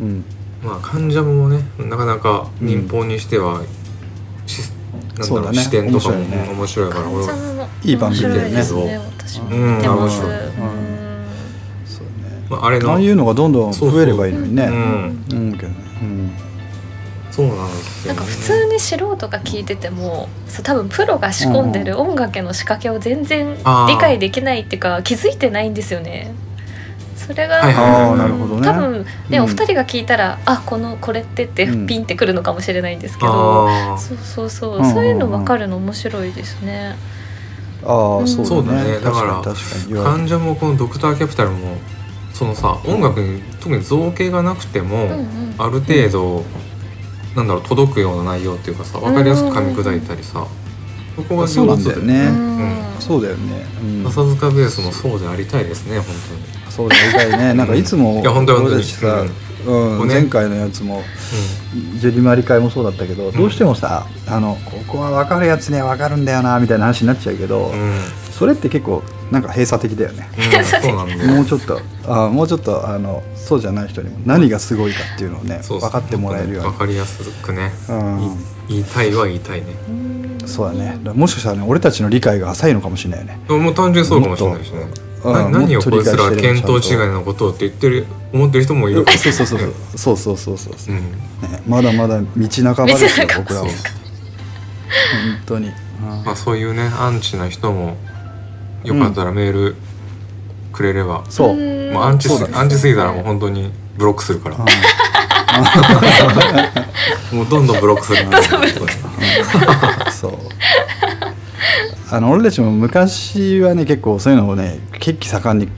[SPEAKER 2] うん
[SPEAKER 3] まあ患者もねなかなか民放にしては、しなんだ
[SPEAKER 2] そう
[SPEAKER 3] ろ
[SPEAKER 2] だ
[SPEAKER 3] う
[SPEAKER 2] ね
[SPEAKER 3] 視点とかも
[SPEAKER 2] 面白いね
[SPEAKER 3] 面白い
[SPEAKER 4] あ、
[SPEAKER 3] から
[SPEAKER 4] 患
[SPEAKER 3] 俺
[SPEAKER 4] 者
[SPEAKER 3] は、
[SPEAKER 4] も
[SPEAKER 2] いい番組
[SPEAKER 4] 面白いです
[SPEAKER 3] だ
[SPEAKER 4] ね。
[SPEAKER 3] よ
[SPEAKER 4] 私
[SPEAKER 2] ね
[SPEAKER 4] も見てます。
[SPEAKER 3] うん
[SPEAKER 2] 面白い
[SPEAKER 4] う
[SPEAKER 2] そ
[SPEAKER 4] ん
[SPEAKER 2] うね
[SPEAKER 3] まあ、あれの
[SPEAKER 2] ああいうのがどんどん
[SPEAKER 3] そうそう
[SPEAKER 2] 増えればいいのに
[SPEAKER 3] う
[SPEAKER 2] ね
[SPEAKER 3] ん、
[SPEAKER 2] うん思うけどねうん
[SPEAKER 3] そうなんですよ、
[SPEAKER 4] なん
[SPEAKER 3] ね、
[SPEAKER 4] か普通に素人が聞いててもそう多分プロが仕込んでる音楽の仕掛けを全然
[SPEAKER 3] あー
[SPEAKER 4] 理解できないっていうか気づいてないんですよね。それが、
[SPEAKER 3] はいはいはい
[SPEAKER 2] ああなるほどね
[SPEAKER 4] 多分ね、
[SPEAKER 2] うん
[SPEAKER 4] お二人が聞いたら「あこのこれって」って
[SPEAKER 2] うん
[SPEAKER 4] ピンってくるのかもしれないんですけど、
[SPEAKER 3] あー
[SPEAKER 4] そうそうそう、
[SPEAKER 2] うんうんうん
[SPEAKER 4] そういうの分かるの面白いですね。
[SPEAKER 2] ああそう
[SPEAKER 3] そうだ
[SPEAKER 2] だね
[SPEAKER 3] ねだから
[SPEAKER 2] 確かに確かに言われ
[SPEAKER 3] 患者もこのドクターキャピタルもそのさ音楽に特に造形がなくても、
[SPEAKER 4] うんうん
[SPEAKER 3] ある程度、なんだろう届くような内容っていうかさ分かりやすく噛み砕いたりさ、そこが
[SPEAKER 2] そうな
[SPEAKER 3] 上
[SPEAKER 2] ん
[SPEAKER 3] 手
[SPEAKER 2] だよ
[SPEAKER 3] だよね
[SPEAKER 2] ね、
[SPEAKER 4] うん
[SPEAKER 2] そうだよね、うん、
[SPEAKER 3] 笹塚ベースもそうでありたいですね本
[SPEAKER 2] そうだよねなんかいつも
[SPEAKER 3] いや本当に本当に
[SPEAKER 2] 俺たちさ、うん
[SPEAKER 3] ごめん
[SPEAKER 2] 前回のやつも
[SPEAKER 3] 当に、
[SPEAKER 2] ジュリマリ会もそうだったけど、どうしてもさあのここは分かるやつね分かるんだよなみたいな話になっちゃうけど、
[SPEAKER 3] うん うんうん
[SPEAKER 2] それって結構なんか閉鎖的だよね、
[SPEAKER 3] そうなんだよ
[SPEAKER 2] もうちょっとあもうちょっとあのそうじゃない人にも何がすごいかっていうのをね
[SPEAKER 3] そう
[SPEAKER 2] 分
[SPEAKER 3] そう
[SPEAKER 2] かってもらえるよう
[SPEAKER 3] 分かりやすくね、
[SPEAKER 2] に、うん、
[SPEAKER 3] 言いたいは言いたいね
[SPEAKER 2] そうだねだからもしかしたらね俺たちの理解が浅いのかもしれないよね
[SPEAKER 3] でももう単純にそうかもしれないしね
[SPEAKER 2] うん
[SPEAKER 3] な何
[SPEAKER 2] も
[SPEAKER 3] を
[SPEAKER 2] っと
[SPEAKER 3] こい
[SPEAKER 2] 理解
[SPEAKER 3] つら
[SPEAKER 2] してれば
[SPEAKER 3] 見当違いのことをって言ってる思ってる人もいるかもし
[SPEAKER 2] そう
[SPEAKER 3] れな
[SPEAKER 2] そ
[SPEAKER 3] い
[SPEAKER 2] そう
[SPEAKER 3] う
[SPEAKER 2] そうそうそうそうそう、
[SPEAKER 3] う
[SPEAKER 2] ね、
[SPEAKER 3] ん
[SPEAKER 2] まだまだ道半ばですよ
[SPEAKER 4] 道半ば
[SPEAKER 2] 僕らは
[SPEAKER 4] で
[SPEAKER 2] 本
[SPEAKER 4] す
[SPEAKER 2] 当に、
[SPEAKER 3] まあ、そういうねアンチな人もよかったらメールくれれば、
[SPEAKER 2] そう、
[SPEAKER 4] うん
[SPEAKER 3] まあ、アンチ
[SPEAKER 2] そう
[SPEAKER 3] す
[SPEAKER 2] だね
[SPEAKER 3] アンチすぎたらもう本当にブロックするから、もうどんどんブロックするから
[SPEAKER 2] そうあの俺たちも昔はね結構そういうのをね血気盛んに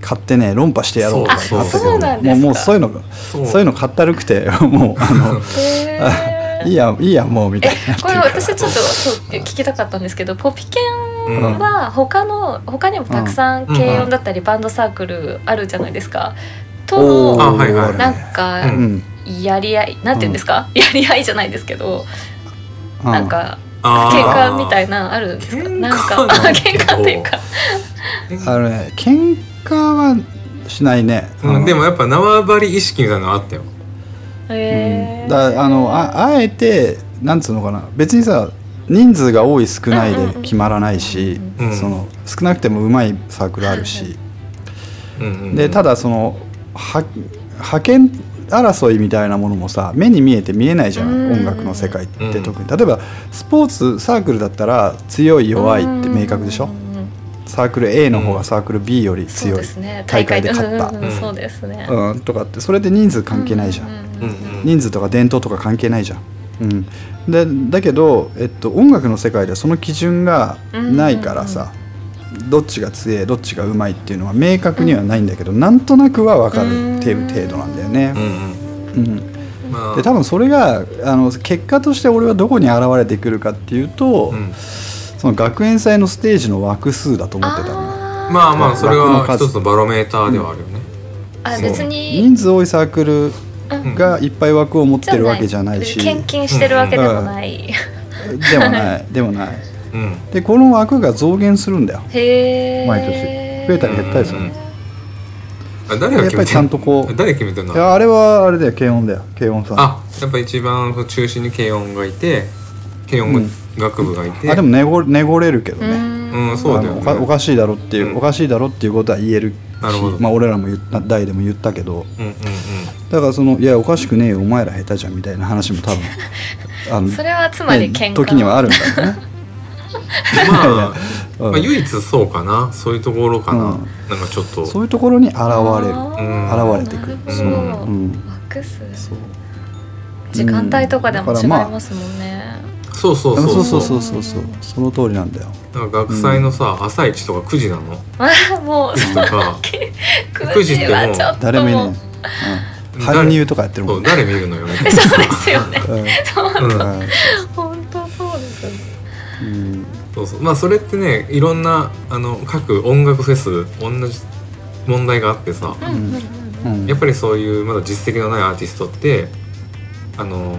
[SPEAKER 2] 買ってね論破してやろうとか
[SPEAKER 3] そう
[SPEAKER 2] あったけ
[SPEAKER 3] そう
[SPEAKER 2] ど
[SPEAKER 4] なんです
[SPEAKER 2] もうも
[SPEAKER 4] か
[SPEAKER 2] うそういうの
[SPEAKER 3] そう
[SPEAKER 2] そういうのかったるくてもうあ
[SPEAKER 4] へー
[SPEAKER 2] のいいやいいやもうみたい
[SPEAKER 4] これ私ちょっとそう聞きたかったんですけどポピケ
[SPEAKER 3] う
[SPEAKER 4] ン
[SPEAKER 3] ん
[SPEAKER 4] は他の他にもたくさ
[SPEAKER 3] う
[SPEAKER 4] ん
[SPEAKER 3] ん
[SPEAKER 4] 軽音だったりバンドサークルあるじゃないですか。
[SPEAKER 2] な
[SPEAKER 4] と
[SPEAKER 3] あ
[SPEAKER 4] の
[SPEAKER 3] はいはい
[SPEAKER 4] なんか
[SPEAKER 3] うん
[SPEAKER 2] うん
[SPEAKER 4] やり合いなんて言うんですか、やり合いじゃないですけど、なんか
[SPEAKER 3] あ
[SPEAKER 4] 喧
[SPEAKER 3] ー
[SPEAKER 4] 嘩みたいなのあるんですか
[SPEAKER 3] 喧嘩
[SPEAKER 4] なんか
[SPEAKER 3] なんだけ
[SPEAKER 4] 喧
[SPEAKER 3] ど
[SPEAKER 4] 嘩っていうか
[SPEAKER 2] あのね喧嘩はしないね、あ
[SPEAKER 3] うん、
[SPEAKER 2] の
[SPEAKER 3] でもやっぱ縄張り意識みたいなのあったよ
[SPEAKER 4] へー
[SPEAKER 2] だあのああえてなんつうのかな別にさ人数が多い少ないで決まらないし、
[SPEAKER 3] うんうん
[SPEAKER 2] その少なくてもうまいサークルあるし、
[SPEAKER 3] うんうんうん
[SPEAKER 2] でただそのは派遣争いみたいなものもさ目に見えて見えないじゃない、
[SPEAKER 4] うん
[SPEAKER 2] 音楽の世界って
[SPEAKER 3] うん
[SPEAKER 2] 特に、例えばスポーツサークルだったら強い弱いって明確でしょ、
[SPEAKER 4] うんうんうん
[SPEAKER 2] サークル A の方がサークル B より
[SPEAKER 4] そう
[SPEAKER 2] 強
[SPEAKER 4] で
[SPEAKER 2] い、
[SPEAKER 4] すね
[SPEAKER 2] 大会で
[SPEAKER 4] 大
[SPEAKER 2] 勝った
[SPEAKER 4] うんうんうんそうですね、
[SPEAKER 2] うん、とかってそれで人数関係ないじゃん、
[SPEAKER 4] うん
[SPEAKER 3] う
[SPEAKER 4] うんんうん
[SPEAKER 2] 人数とか伝統とか関係ないじゃん。うん、でだけど、えっと、音楽の世界ではその基準がないからさ、どっちが強えどっちがうまいっていうのは明確にはないんだけど、なんとなくは分かる程度程度なんだよね。
[SPEAKER 3] うん
[SPEAKER 2] うん
[SPEAKER 3] うんまあ
[SPEAKER 2] で多分それがあの結果として俺はどこに現れてくるかっていうと、
[SPEAKER 3] うん
[SPEAKER 2] その学園祭のステージの枠数だと思ってたのね
[SPEAKER 4] あー
[SPEAKER 3] まあまあそれ
[SPEAKER 2] 枠の
[SPEAKER 3] は
[SPEAKER 2] 数
[SPEAKER 3] 一つのバロメーターではあるよね、
[SPEAKER 4] あ
[SPEAKER 3] そう
[SPEAKER 4] 別に
[SPEAKER 2] 人数多いサークル
[SPEAKER 3] うん
[SPEAKER 2] がいっぱい枠を持ってるわけじゃないし、
[SPEAKER 4] 献金してるわけでもない、
[SPEAKER 2] でもないでもない
[SPEAKER 3] うん
[SPEAKER 2] でこの枠が増減するんだよ
[SPEAKER 4] へえ
[SPEAKER 2] 毎年増えたり減ったりするの、
[SPEAKER 3] うんあ誰が決
[SPEAKER 2] や
[SPEAKER 3] めてんの
[SPEAKER 2] っぱりちゃんとこう
[SPEAKER 3] 誰決めてんの
[SPEAKER 2] いやあれはあれだよ軽音だよ軽音さんあ
[SPEAKER 3] あやっぱ一番中心に軽音がいて軽音学部がいて、うん、
[SPEAKER 2] でも寝ご寝ごれるけど
[SPEAKER 4] う
[SPEAKER 2] ね
[SPEAKER 4] ん
[SPEAKER 3] うんそうだよ
[SPEAKER 2] あの
[SPEAKER 3] ね
[SPEAKER 2] おかおかしいだろっていう、
[SPEAKER 3] うん
[SPEAKER 2] おかしいだろっていうことは言えるし
[SPEAKER 3] なるほど
[SPEAKER 2] まあ、俺らも言った代でも言ったけど
[SPEAKER 3] うん うん
[SPEAKER 2] だからそのいやおかしくねえよお前ら下手じゃんみたいな話も多 分あの
[SPEAKER 4] それはつまり
[SPEAKER 2] ね
[SPEAKER 4] 喧嘩
[SPEAKER 2] 時にはあるんだよね
[SPEAKER 3] ま
[SPEAKER 2] いや
[SPEAKER 3] あ、
[SPEAKER 2] うん
[SPEAKER 3] まあ唯一そうかなそういうところかな、
[SPEAKER 2] うん
[SPEAKER 3] なんかちょっと
[SPEAKER 2] そういうところに現れる
[SPEAKER 3] うん
[SPEAKER 4] あー
[SPEAKER 2] 現れてくる
[SPEAKER 4] なほど
[SPEAKER 2] うん
[SPEAKER 4] ワックス
[SPEAKER 2] そう
[SPEAKER 4] 時間帯とかでも
[SPEAKER 2] だ
[SPEAKER 4] 違
[SPEAKER 2] か
[SPEAKER 4] い
[SPEAKER 2] らまあ
[SPEAKER 4] ますもんね、
[SPEAKER 3] そうそう
[SPEAKER 2] そ
[SPEAKER 3] そう
[SPEAKER 2] そ
[SPEAKER 3] うそうう
[SPEAKER 2] そうそうそうその通りなんだよ
[SPEAKER 3] なんか学祭のさ、朝一とか9時なの
[SPEAKER 4] あーもう
[SPEAKER 3] とか
[SPEAKER 4] 9時はちょっと
[SPEAKER 2] 誰もいない、う、
[SPEAKER 4] もうん
[SPEAKER 3] 誰
[SPEAKER 2] 搬入とかやってる
[SPEAKER 3] そ
[SPEAKER 2] も
[SPEAKER 3] うん
[SPEAKER 2] ね
[SPEAKER 3] 誰見るのよね、
[SPEAKER 4] そうですよね
[SPEAKER 2] うん
[SPEAKER 3] うん、
[SPEAKER 4] 本当そうですよね
[SPEAKER 2] うん
[SPEAKER 3] そうそうまあそれってねいろんなあの各音楽フェス同じ問題があってさ、
[SPEAKER 4] うんうんうん
[SPEAKER 2] うん
[SPEAKER 3] やっぱりそういうまだ実績のないアーティストってあの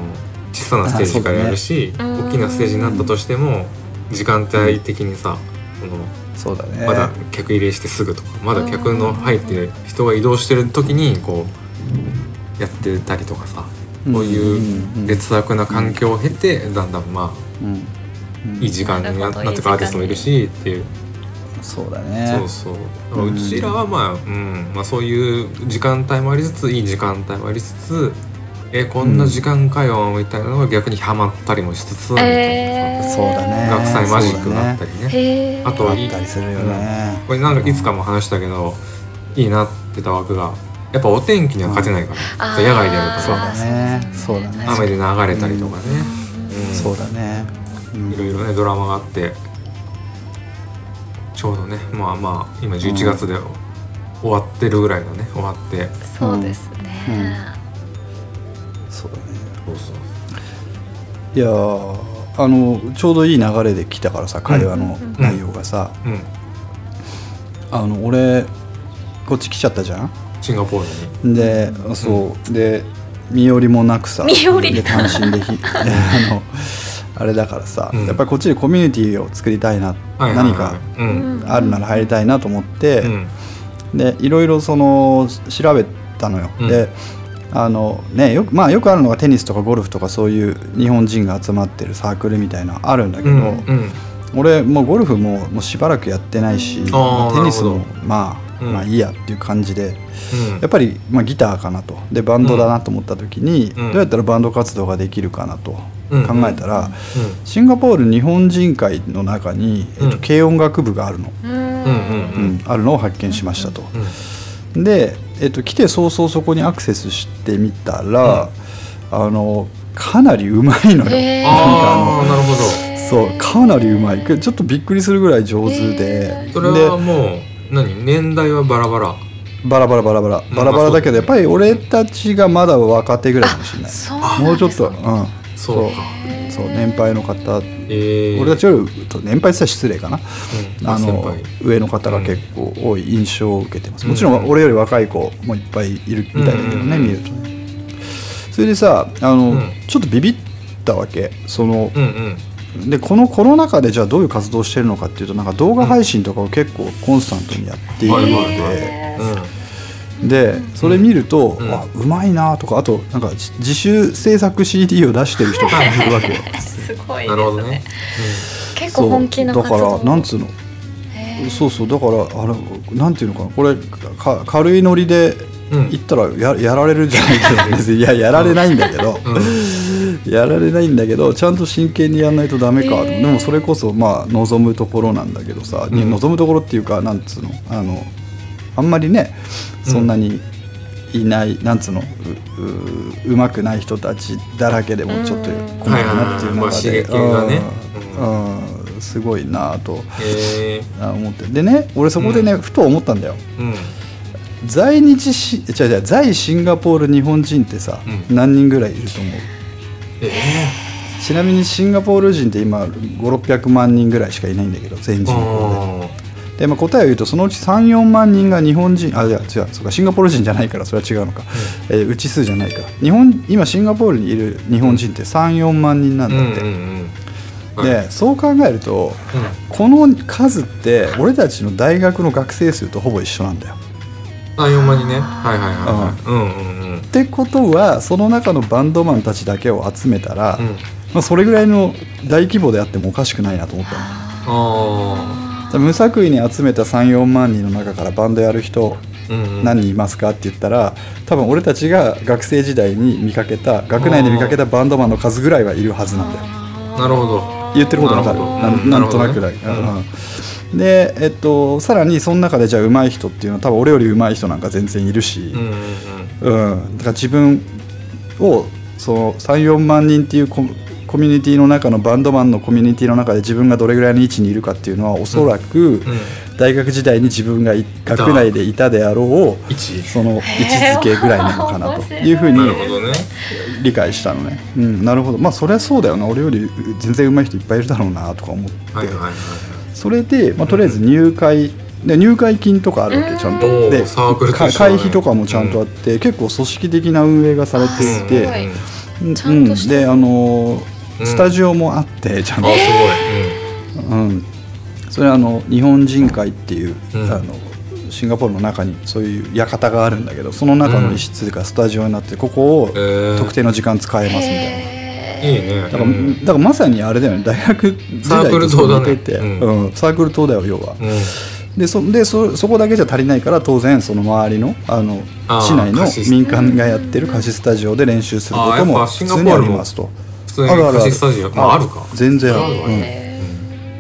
[SPEAKER 3] 小さなステージからやるし、
[SPEAKER 4] あそうだね
[SPEAKER 3] 大きなステージになったとしても時間帯的にさ、そ
[SPEAKER 2] そ
[SPEAKER 3] の
[SPEAKER 2] うだね
[SPEAKER 3] まだ客入れしてすぐとかまだ客の入ってる人が移動してる時にこうやってたりとかさ
[SPEAKER 2] うん
[SPEAKER 3] そう
[SPEAKER 2] うんう
[SPEAKER 3] い
[SPEAKER 2] ん
[SPEAKER 3] う劣悪な環境を経てだんだんまあ
[SPEAKER 2] うんうん
[SPEAKER 3] いい時間にな
[SPEAKER 4] なるほど
[SPEAKER 3] なってくアーティストもいるしっていう
[SPEAKER 2] そうだね
[SPEAKER 3] そうそうだからうちらはまあ、うんまあ、そういう時間帯もありつついい時間帯もありつつえこんな時間かよみたいなのが逆にハマったりもしつつ、みたいな
[SPEAKER 4] えー、
[SPEAKER 2] そうだね
[SPEAKER 3] 学祭マジック
[SPEAKER 2] そう
[SPEAKER 3] があ
[SPEAKER 2] だね
[SPEAKER 3] ったりね
[SPEAKER 4] へえ
[SPEAKER 3] あと
[SPEAKER 2] あ
[SPEAKER 3] は
[SPEAKER 2] ったりするよね、
[SPEAKER 3] これなんかいつかも話したけどいいなってた枠がやっぱお天気には勝てないから、野外でやる
[SPEAKER 2] そう
[SPEAKER 3] か
[SPEAKER 2] だねそうだね
[SPEAKER 3] ら雨で流れたりとかね、うん
[SPEAKER 2] そうだね、うん
[SPEAKER 3] いろいろねドラマがあってちょうどねまあまあ今11月で終わってるぐらいのね終わって
[SPEAKER 4] そうですね、
[SPEAKER 2] そうだね
[SPEAKER 3] そうそう
[SPEAKER 2] いやーあのちょうどいい流れで来たからさ会話の内容がさ、
[SPEAKER 3] うん
[SPEAKER 2] あの俺こっち来ちゃったじゃん、
[SPEAKER 3] シンガポール
[SPEAKER 2] で、そうで身寄りもなくさ
[SPEAKER 4] 身寄り
[SPEAKER 2] で単身でひであのあれだからさ、
[SPEAKER 3] うん
[SPEAKER 2] やっぱりこっちでコミュニティを作りたいな、
[SPEAKER 3] に、はいはいはい
[SPEAKER 2] 何か
[SPEAKER 3] うん
[SPEAKER 2] あるなら入りたいなと思って、
[SPEAKER 3] うん
[SPEAKER 2] でいろいろその調べたのよ、
[SPEAKER 3] うん
[SPEAKER 2] であのねよくまあよくあるのがテニスとかゴルフとかそういう日本人が集まってるサークルみたいなのあるんだけ
[SPEAKER 3] う
[SPEAKER 2] ど、
[SPEAKER 3] んうん
[SPEAKER 2] 俺もうゴルフももうしばらくやってないし
[SPEAKER 3] あー
[SPEAKER 2] テニスも
[SPEAKER 3] なるほ
[SPEAKER 2] まあ、
[SPEAKER 3] うん
[SPEAKER 2] まあいいやっていう感じで
[SPEAKER 3] うん
[SPEAKER 2] やっぱり、まあ、ギターかなとでバンドだなと思った時に、
[SPEAKER 3] うん
[SPEAKER 2] どうやったらバンド活動ができるかなと考
[SPEAKER 3] うん
[SPEAKER 2] えたら、シンガポール日本人会の中に、えっ
[SPEAKER 3] う
[SPEAKER 2] と、
[SPEAKER 3] ん
[SPEAKER 2] 軽音楽部があるの、
[SPEAKER 4] う
[SPEAKER 3] うんうんうんう
[SPEAKER 4] ん
[SPEAKER 2] うんんあるのを発見しましたと。
[SPEAKER 3] うん
[SPEAKER 2] で、えっと、来て早々そこにアクセスしてみたら、あのかなりうまいのよ。
[SPEAKER 4] へー
[SPEAKER 3] ああなるほど
[SPEAKER 2] そうかなりうまいちょっとびっくりするぐらい上手で
[SPEAKER 4] へー
[SPEAKER 3] それはもう何年代はバラバラ
[SPEAKER 2] でバラバラバラバラ
[SPEAKER 3] ん
[SPEAKER 2] バラバラだけど
[SPEAKER 3] まあそうだね
[SPEAKER 2] やっぱり俺たちがまだ若手ぐらいかもしれない
[SPEAKER 4] そうなんですね
[SPEAKER 2] もうちょっと、うん、
[SPEAKER 3] そうか
[SPEAKER 2] そう年配の方
[SPEAKER 3] ええー、
[SPEAKER 2] 俺たちより年配って言ったら失礼かな、
[SPEAKER 3] うん
[SPEAKER 2] あ
[SPEAKER 3] 先
[SPEAKER 2] の
[SPEAKER 3] 輩
[SPEAKER 2] 上の方が結構多い印象を受けてます、
[SPEAKER 3] うん
[SPEAKER 2] もちろん俺より若い子もいっぱいいるみたいだけどね、
[SPEAKER 3] うん
[SPEAKER 2] 見るとねそれでさあの、
[SPEAKER 3] うん
[SPEAKER 2] ちょっとビビったわけその
[SPEAKER 3] う、んうん
[SPEAKER 2] でこのコロナ禍でじゃあどういう活動をしてるのかっていうとなんか動画配信とかを結構コンスタントにやっているの
[SPEAKER 3] はいはいはい
[SPEAKER 2] で、
[SPEAKER 3] うん
[SPEAKER 2] でそれ見ると、
[SPEAKER 3] うん
[SPEAKER 2] あうまいなとかあとなんかじ自主制作 CD を出してる人がいるわけよ
[SPEAKER 4] すごいで
[SPEAKER 3] なるほ
[SPEAKER 4] す
[SPEAKER 3] ど
[SPEAKER 4] ね
[SPEAKER 3] ね。
[SPEAKER 4] 結構本気の
[SPEAKER 2] そう
[SPEAKER 4] 活
[SPEAKER 2] だか
[SPEAKER 4] 動
[SPEAKER 2] らなんつうの
[SPEAKER 4] へー
[SPEAKER 2] そうそうだからあれなんていうのかなこれか軽いノリで
[SPEAKER 3] うんうん
[SPEAKER 2] 行ったらややられるんじゃないけど別にいや やられないんだけど、 やられないんだけどちゃんと真剣にやらないとダメか、
[SPEAKER 4] へー
[SPEAKER 2] でもそれこそまあ望むところなんだけどさ、に
[SPEAKER 3] うん
[SPEAKER 2] 望むところっていうかなんつうのあのあんまりねそんなにいない、なんつうのうううまくない人たちだらけでもちょっと困るなっていう中で、
[SPEAKER 3] うんはいはいはいまあ刺激がね
[SPEAKER 2] うんうんすごいなと。
[SPEAKER 3] ええ
[SPEAKER 2] あ思ってでね俺そこでね、ふと思ったんだよ
[SPEAKER 3] ー、うん
[SPEAKER 2] 在日し違う違う在シンガポール日本人ってさ、
[SPEAKER 3] うん
[SPEAKER 2] 何人ぐらいいると思う
[SPEAKER 3] ええ
[SPEAKER 2] ちなみにシンガポール人って今5600万人ぐらいしかいないんだけど全人口
[SPEAKER 3] あー
[SPEAKER 2] でで、まあ、答えを言うとそのうち34万人が日本人あいや違うそうかシンガポール人じゃないからそれは違うのか、えー、うち数じゃないか日本今シンガポールにいる日本人って34万人なん
[SPEAKER 3] う
[SPEAKER 2] だっ
[SPEAKER 3] ん
[SPEAKER 2] て、
[SPEAKER 3] うんうん
[SPEAKER 2] でそう考えると
[SPEAKER 3] うん
[SPEAKER 2] この数って俺たちの大学の学生数とほぼ一緒なんだよ
[SPEAKER 3] あ4万にねはいはいはいはいうんうんうん
[SPEAKER 2] ってことはその中のバンドマンたちだけを集めたら、
[SPEAKER 3] うん
[SPEAKER 2] まあ、それぐらいの大規模であってもおかしくないなと思ったの
[SPEAKER 3] あ
[SPEAKER 2] じゃあ無作為に集めた34万人の中からバンドやる人
[SPEAKER 3] ーうんうん
[SPEAKER 2] 何人いますかって言ったら多分俺たちが学生時代に見かけた学内で見かけたバンドマンの数ぐらいはいるはずなんだよ
[SPEAKER 3] なるほど
[SPEAKER 2] 言ってることわかる
[SPEAKER 3] なるほど
[SPEAKER 2] な
[SPEAKER 3] うん
[SPEAKER 2] んなんとなくだ
[SPEAKER 3] な
[SPEAKER 2] け
[SPEAKER 3] る
[SPEAKER 2] ど、
[SPEAKER 3] ほどね
[SPEAKER 2] うんでえっとさらにその中でじゃあ上手い人っていうのは多分俺より上手い人なんか全然いるし、
[SPEAKER 3] うんうんうん
[SPEAKER 2] うん、だから自分をその34万人っていうココミュニティの中のバンドマンのコミュニティの中で自分がどれぐらいの位置にいるかっていうのはおそらく
[SPEAKER 3] うん
[SPEAKER 2] 大学時代に自分がい学内でいたであろう
[SPEAKER 3] 1
[SPEAKER 2] その位置づけぐらいなのかなというふうに
[SPEAKER 3] なるほどね
[SPEAKER 2] 理解したのね、うん、なるほどまあそりゃそうだよな俺より全然上手い人いっぱいいるだろうなとか思って、
[SPEAKER 3] はいはいはいはい
[SPEAKER 2] それで、まあ、とりあえず入会、で入会金とかあるわけちゃんと、
[SPEAKER 3] おー
[SPEAKER 2] で
[SPEAKER 3] サークルと
[SPEAKER 2] か
[SPEAKER 3] してはね
[SPEAKER 2] 会費とかもちゃんとあって、結構組織的な運営がされてい
[SPEAKER 4] で
[SPEAKER 2] て、
[SPEAKER 4] あすごい
[SPEAKER 2] うん
[SPEAKER 4] ちゃんとして
[SPEAKER 2] であのー
[SPEAKER 3] うん
[SPEAKER 2] スタジオもあってちゃん
[SPEAKER 3] あ
[SPEAKER 2] と、
[SPEAKER 3] すごい
[SPEAKER 2] うん、それはあの日本人会っていう、
[SPEAKER 3] うん
[SPEAKER 2] あのシンガポールの中にそういう館があるんだけどその中の一室がスタジオになってここを
[SPEAKER 3] うんえー
[SPEAKER 2] 特定の時間使えますみたいな。
[SPEAKER 4] へ
[SPEAKER 3] いいね
[SPEAKER 2] だから,、
[SPEAKER 3] うん
[SPEAKER 2] だからまさにあれだよね大学時代
[SPEAKER 3] サークル東大ね
[SPEAKER 2] と似てて
[SPEAKER 3] うん
[SPEAKER 2] うんサークル東大は要は、
[SPEAKER 3] うん
[SPEAKER 2] でそでそそこだけじゃ足りないから当然その周りのあの
[SPEAKER 3] あー
[SPEAKER 2] 市内の
[SPEAKER 3] 貸し
[SPEAKER 2] 民間がやってる貸しスタジオで練習すること
[SPEAKER 3] あーや
[SPEAKER 2] も
[SPEAKER 3] っぱシ
[SPEAKER 2] 普通
[SPEAKER 3] ンガポー
[SPEAKER 2] にあ
[SPEAKER 3] ルも
[SPEAKER 2] りますと
[SPEAKER 3] 普通に貸しスタジオまああるか
[SPEAKER 2] 全然ある、
[SPEAKER 3] う
[SPEAKER 2] うん
[SPEAKER 4] へ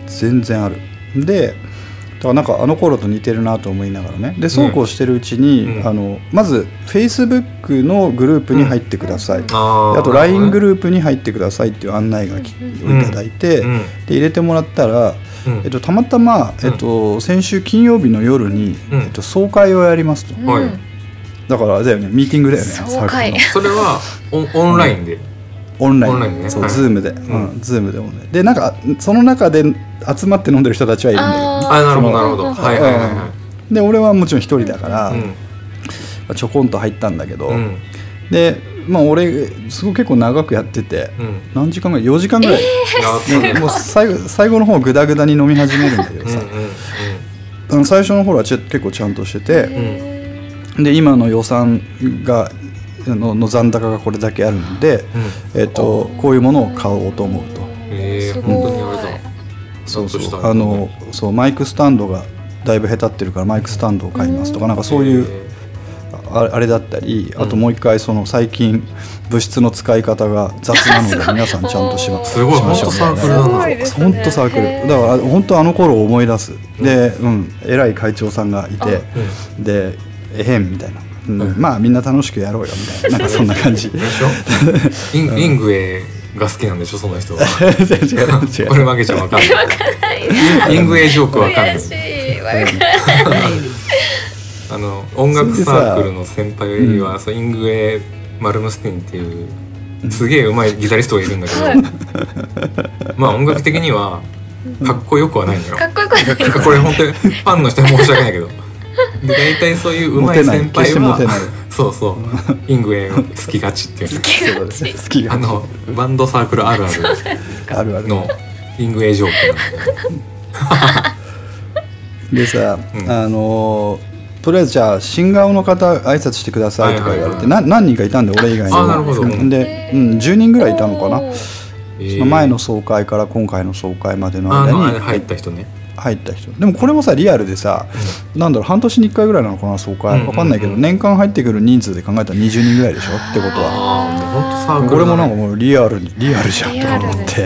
[SPEAKER 2] 全然あるでだからなんかあの頃と似てるなと思いながらねでそうこうしてるうちに、
[SPEAKER 3] うん
[SPEAKER 2] あのまず Facebook のグループに入ってください、
[SPEAKER 3] あ
[SPEAKER 2] で
[SPEAKER 3] ー
[SPEAKER 2] あと LINE グ
[SPEAKER 3] なる
[SPEAKER 2] ループに入ってくださいっていう案内がき、
[SPEAKER 3] ん
[SPEAKER 2] をいただいて、
[SPEAKER 3] うん
[SPEAKER 2] で入れてもらったら、
[SPEAKER 3] ほどね
[SPEAKER 2] えっと、たまたま、えっと、先週金曜日の夜に、
[SPEAKER 3] うん
[SPEAKER 2] えっと、総会をやりますと
[SPEAKER 4] ー
[SPEAKER 3] はい
[SPEAKER 4] うん
[SPEAKER 2] だからあれだよねミーティングだよね
[SPEAKER 4] 総
[SPEAKER 2] サークル
[SPEAKER 4] 会
[SPEAKER 2] の
[SPEAKER 3] それはオンオンラインで
[SPEAKER 2] オンライン
[SPEAKER 3] オンラインね
[SPEAKER 2] そう、
[SPEAKER 3] はい
[SPEAKER 2] ズームで、うんズームでオンラインでなんかその中で集まって飲んでる人たちはいるんだよ
[SPEAKER 4] あー
[SPEAKER 3] あなるほどなるほ
[SPEAKER 4] うんう
[SPEAKER 3] ど
[SPEAKER 4] んうん
[SPEAKER 3] はいはいはいは
[SPEAKER 2] で俺はもちろん一人だから、
[SPEAKER 3] い
[SPEAKER 2] ちょこんと入ったんだけど、
[SPEAKER 3] うんうん
[SPEAKER 2] でまあ俺すごい結構長くやってて、
[SPEAKER 3] うん
[SPEAKER 2] 何時間ぐらい4時間ぐらい、
[SPEAKER 3] やってる
[SPEAKER 2] もう最後最後の方グダグダに飲み始めるんだけ
[SPEAKER 3] う
[SPEAKER 2] ど
[SPEAKER 3] ん
[SPEAKER 2] さ、
[SPEAKER 3] う
[SPEAKER 2] あ
[SPEAKER 3] ん
[SPEAKER 2] の最初の方はちょ結構ちゃんとしてて、
[SPEAKER 4] へ
[SPEAKER 2] で今の予算があのの残高がこれだけあるので、
[SPEAKER 3] うん
[SPEAKER 2] えっとこういうものを買おうと思うと
[SPEAKER 3] え
[SPEAKER 4] す
[SPEAKER 3] ー
[SPEAKER 4] ごい
[SPEAKER 3] 本当に言われた
[SPEAKER 2] そうそ
[SPEAKER 3] ちゃんとし
[SPEAKER 2] う
[SPEAKER 3] た
[SPEAKER 2] あのそうマイクスタンドがだいぶへたってるからマイクスタンドを買いますとかなんかそういう
[SPEAKER 3] え
[SPEAKER 2] ああれだったりあともう一回その最近物質の使い方が雑なの
[SPEAKER 4] す
[SPEAKER 2] で
[SPEAKER 4] ごい
[SPEAKER 2] 皆さんちゃんとしまし
[SPEAKER 3] すごい
[SPEAKER 2] ましょう
[SPEAKER 3] 本当サークルだな
[SPEAKER 4] すごいですね
[SPEAKER 2] 本当サーク
[SPEAKER 4] へー
[SPEAKER 2] ルだから本当あの頃を思い出すで、うん、偉い会長さんがいてでえへんみたいな、うん
[SPEAKER 3] うん
[SPEAKER 2] まあみんな楽しくやろうよみ たいななんかそんな感じ違う
[SPEAKER 3] ーでしょ リンリングエが好きなんでしょその人は
[SPEAKER 2] 違う違う
[SPEAKER 3] これ負けちゃわかんないリングエジョークわかんない
[SPEAKER 4] 悔しいわか んない
[SPEAKER 3] あの音楽サークルの先輩よりはそうイングエ・マルムスティンっていうすげえ上手いギタリストがいるんだけど、まあ音楽的にはかっこよくはないんだよ。
[SPEAKER 4] かっこよくはない
[SPEAKER 3] なんかこれ本当にファンの人に申し訳ないけど。で大体そういう上手い先
[SPEAKER 2] モテない決
[SPEAKER 3] 輩
[SPEAKER 2] してモテない
[SPEAKER 3] はそうそうイングエを好きがちっていうね
[SPEAKER 2] そうだね好きが
[SPEAKER 3] あのバンドサークルあるある
[SPEAKER 2] あるある
[SPEAKER 3] のイングエジョー
[SPEAKER 2] でさ、
[SPEAKER 3] うん
[SPEAKER 2] あのーとりあえずじゃあ新顔の方挨拶してくださいとか言われ
[SPEAKER 3] は
[SPEAKER 2] て、
[SPEAKER 3] いは
[SPEAKER 2] な何人かいたんで俺以外に
[SPEAKER 3] あなるほど
[SPEAKER 2] うんで、うん、10人ぐらいいたのかな、
[SPEAKER 3] ク
[SPEAKER 2] そ
[SPEAKER 3] な
[SPEAKER 2] の前の総会から今回の総会までの
[SPEAKER 3] あ
[SPEAKER 2] 間
[SPEAKER 3] のあ
[SPEAKER 2] に
[SPEAKER 3] れ入った人ね
[SPEAKER 2] 入った人でもこれもさリアルでさ、なんだろう半年に1回ぐらいなのかな総
[SPEAKER 3] うんうん
[SPEAKER 2] 会
[SPEAKER 3] うん
[SPEAKER 2] わかんないけど年間入ってくる人数で考えたら20人ぐらいでしょってことは
[SPEAKER 3] ああ本当サークルだね
[SPEAKER 2] これもなんかもうリアルにリアルじゃんとか思っ
[SPEAKER 4] リア
[SPEAKER 2] てう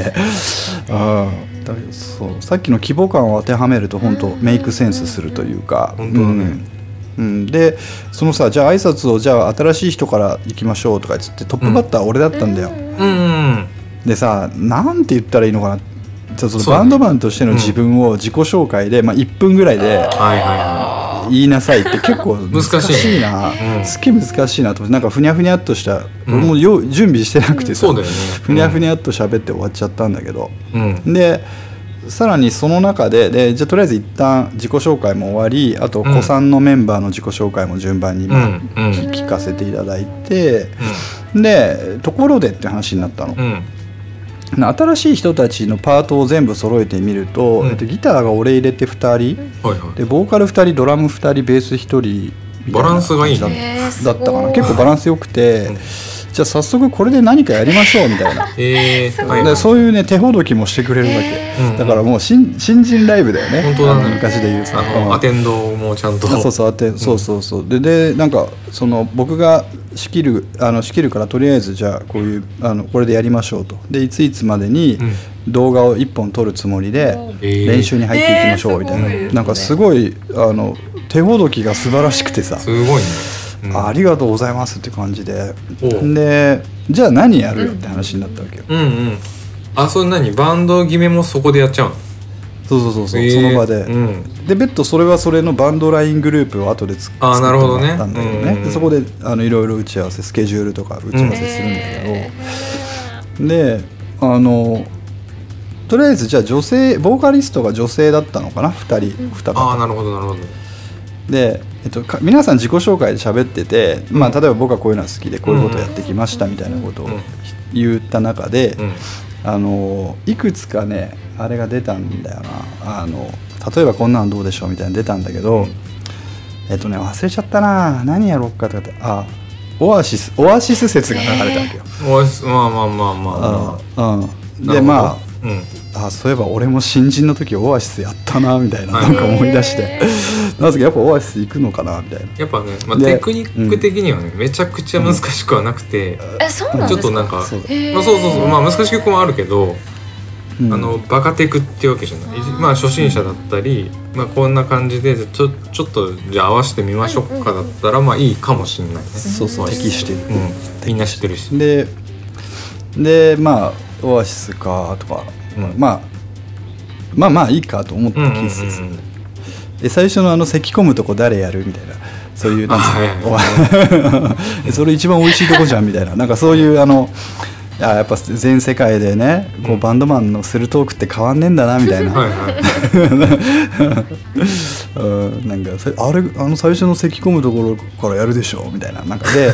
[SPEAKER 2] んだけどそうさっきの規模感を当てはめると本当メイクセンスするというか
[SPEAKER 3] 本当だね
[SPEAKER 2] うんうんでそのさじゃあ挨拶をじゃあ新しい人から行きましょうとか言ってトップバッター俺だったんだよ、
[SPEAKER 3] うん
[SPEAKER 2] でさなんて言ったらいいのかなちょっとその
[SPEAKER 3] そうね
[SPEAKER 2] バンドマンとしての自分を自己紹介で、まあ、1分ぐらいで
[SPEAKER 3] はいはいはい
[SPEAKER 2] 言いなさいって結 構難
[SPEAKER 3] しい
[SPEAKER 2] しいな
[SPEAKER 3] うん
[SPEAKER 2] すっげえ難しいなと思ってなんかふにゃふにゃっとした、
[SPEAKER 3] うん
[SPEAKER 2] もうよう準備してなくてさ、
[SPEAKER 3] そうだよね
[SPEAKER 2] ふにゃふにゃっと喋って終わっちゃったんだけど
[SPEAKER 3] うん
[SPEAKER 2] でさらにその中ででじゃあとりあえず一旦自己紹介も終わりあと
[SPEAKER 3] うん
[SPEAKER 2] 子さんのメンバーの自己紹介も順番に
[SPEAKER 3] うんう
[SPEAKER 2] 今
[SPEAKER 3] んうん
[SPEAKER 2] 聞かせていただいて、でところでって話になったの。
[SPEAKER 3] うん
[SPEAKER 2] 新しい人たちのパートを全部揃えてみると、
[SPEAKER 3] うん
[SPEAKER 2] えっと、ギターが俺入れて2人
[SPEAKER 3] はいはい
[SPEAKER 2] でボーカル2人ドラム2人ベース1人みたいな
[SPEAKER 3] バランスがいいね
[SPEAKER 2] 感じ
[SPEAKER 4] へーすご
[SPEAKER 2] だ
[SPEAKER 4] い
[SPEAKER 2] だったかな結構バランス良くて、
[SPEAKER 3] うん
[SPEAKER 2] じゃあ早速これで何かやりましょうみたいな
[SPEAKER 3] えー、はいは
[SPEAKER 2] で
[SPEAKER 3] い
[SPEAKER 2] そういうね手ほどきもしてくれるわ
[SPEAKER 4] へ
[SPEAKER 2] け、
[SPEAKER 3] ー
[SPEAKER 2] だからもう新新人ライブだよね
[SPEAKER 3] 本当だね
[SPEAKER 2] あの昔で言うさ
[SPEAKER 3] あの、
[SPEAKER 2] うん
[SPEAKER 3] アテンドもちゃんと
[SPEAKER 2] あそうそうあってそうそうそうででなんかその僕が仕切るあの仕切るからとりあえずじゃあこういうあのこれでやりましょうとでいついつまでに動画を1本撮るつもりで
[SPEAKER 4] うん
[SPEAKER 3] えー
[SPEAKER 2] 練習に入っていきましょうみ
[SPEAKER 4] えー
[SPEAKER 2] たいな、
[SPEAKER 4] すごいですね
[SPEAKER 2] なんかすごいあの手ほどきが素晴らしくてさ、
[SPEAKER 3] すごいね、うん、
[SPEAKER 2] ありがとうございますって感じで
[SPEAKER 3] おう
[SPEAKER 2] でじゃあ何やるよって話になったわけよ、
[SPEAKER 3] うんうんあそれ何バンド決めもそこでやっちゃうの
[SPEAKER 2] そうそうそうそう、
[SPEAKER 3] えー
[SPEAKER 2] その場で、
[SPEAKER 3] うん
[SPEAKER 2] で別途それはそれのバンドライングループを後でつ作
[SPEAKER 3] あー
[SPEAKER 2] って
[SPEAKER 3] なるほど
[SPEAKER 2] も
[SPEAKER 3] ね
[SPEAKER 2] らったんだけどね
[SPEAKER 3] うんうんうん
[SPEAKER 2] でそこであのいろいろ打ち合わせスケジュールとか打ち合わせするんだけど、であのとりあえずじゃあ女性ボーカリストが女性だったのかな2人2
[SPEAKER 3] ああ
[SPEAKER 2] 方
[SPEAKER 3] なるほどなるほど
[SPEAKER 2] で、えっと、か皆さん自己紹介で喋ってて、まあ、例えば僕はこういうのは好きでこういうことやってきましたみたいなことを
[SPEAKER 3] うん
[SPEAKER 2] 言った中で、
[SPEAKER 3] うん
[SPEAKER 2] あのいくつかねあれが出たんだよなあの例えばこんなのどうでしょうみたいなの出たんだけどえっとね忘れちゃったな何やろうかとかってあオアシスオアシス説が流れたわけよ、
[SPEAKER 3] おいしまあまあまあまあま
[SPEAKER 2] うんうん
[SPEAKER 3] あなるほ
[SPEAKER 2] で
[SPEAKER 3] ど
[SPEAKER 2] まあ
[SPEAKER 3] うん
[SPEAKER 2] あそういえば俺も新人の時オアシスやったなみたいな、
[SPEAKER 3] はい
[SPEAKER 2] なんか思い出して、なんすかやっぱオアシス行くのかなみたいな
[SPEAKER 3] やっぱね、まあ、
[SPEAKER 2] で
[SPEAKER 3] テクニック的にはね、めちゃくちゃ難しくはなくて、
[SPEAKER 4] えそうなん
[SPEAKER 3] ち
[SPEAKER 4] で
[SPEAKER 3] ょっ
[SPEAKER 4] す
[SPEAKER 3] となん
[SPEAKER 4] か
[SPEAKER 3] か
[SPEAKER 2] そうだ
[SPEAKER 4] へー
[SPEAKER 3] まあ、そうそうそうまあ難しい曲もあるけど、
[SPEAKER 2] うん
[SPEAKER 3] あのバカテクってわけじゃない
[SPEAKER 4] あー
[SPEAKER 3] まあ初心者だったり、まあ、こんな感じでちょちょっとじゃあ合わせてみましょうかだったらまあいいかもしんないね、
[SPEAKER 2] そうそう
[SPEAKER 3] オアシス
[SPEAKER 2] 適してる
[SPEAKER 3] うん、みんな知ってるし、
[SPEAKER 2] ででまあオアシスかとか、
[SPEAKER 3] うん
[SPEAKER 2] まあまあまあいいかと思って
[SPEAKER 3] うんうんう
[SPEAKER 2] 聞
[SPEAKER 3] んう
[SPEAKER 2] い
[SPEAKER 3] ん
[SPEAKER 2] てたんですよで最初のあの咳込むとこ誰やるみたいなそういうなん
[SPEAKER 3] あ
[SPEAKER 2] ですかお それ一番美味しいとこじゃんみたいななんかそういうあのあやっぱ全世界でねこうバンドマンのするトークって変わんねえんだなみたいな、
[SPEAKER 3] は いはい
[SPEAKER 2] うんなんかそれあれあの最初の咳込むところからやるでしょみたいななんかで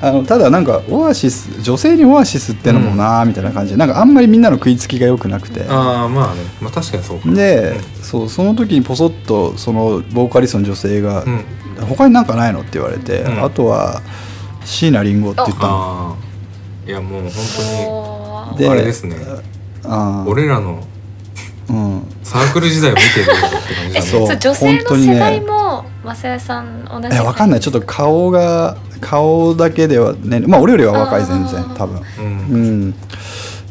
[SPEAKER 2] あのただなんかオアシス女性にオアシスってのもなみたいな感じでなんかあんまりみんなの食いつきが良くなくて
[SPEAKER 3] ああまあねまあ確かにそうか
[SPEAKER 2] でそうその時にポソッとそのボーカリストの女性が
[SPEAKER 3] うん
[SPEAKER 2] 「他になんかないの?」って言われて、
[SPEAKER 3] うん
[SPEAKER 2] あとは椎名林檎って言ったの
[SPEAKER 3] ああいやもう本
[SPEAKER 4] お
[SPEAKER 3] 当
[SPEAKER 4] ー
[SPEAKER 3] にあれですね
[SPEAKER 2] あー
[SPEAKER 3] 俺らの
[SPEAKER 2] うん
[SPEAKER 3] サークル時代を見てるって感じだ
[SPEAKER 4] え
[SPEAKER 3] ね
[SPEAKER 4] そう
[SPEAKER 2] そう
[SPEAKER 4] 女性
[SPEAKER 2] 本
[SPEAKER 4] の
[SPEAKER 2] 当にね
[SPEAKER 4] 世代もマサヤさん同じ
[SPEAKER 2] えわかんないちょっと顔が顔だけではねまあ俺よりは若い全然
[SPEAKER 4] あー
[SPEAKER 2] 多分
[SPEAKER 3] う
[SPEAKER 2] う
[SPEAKER 3] ん
[SPEAKER 2] ん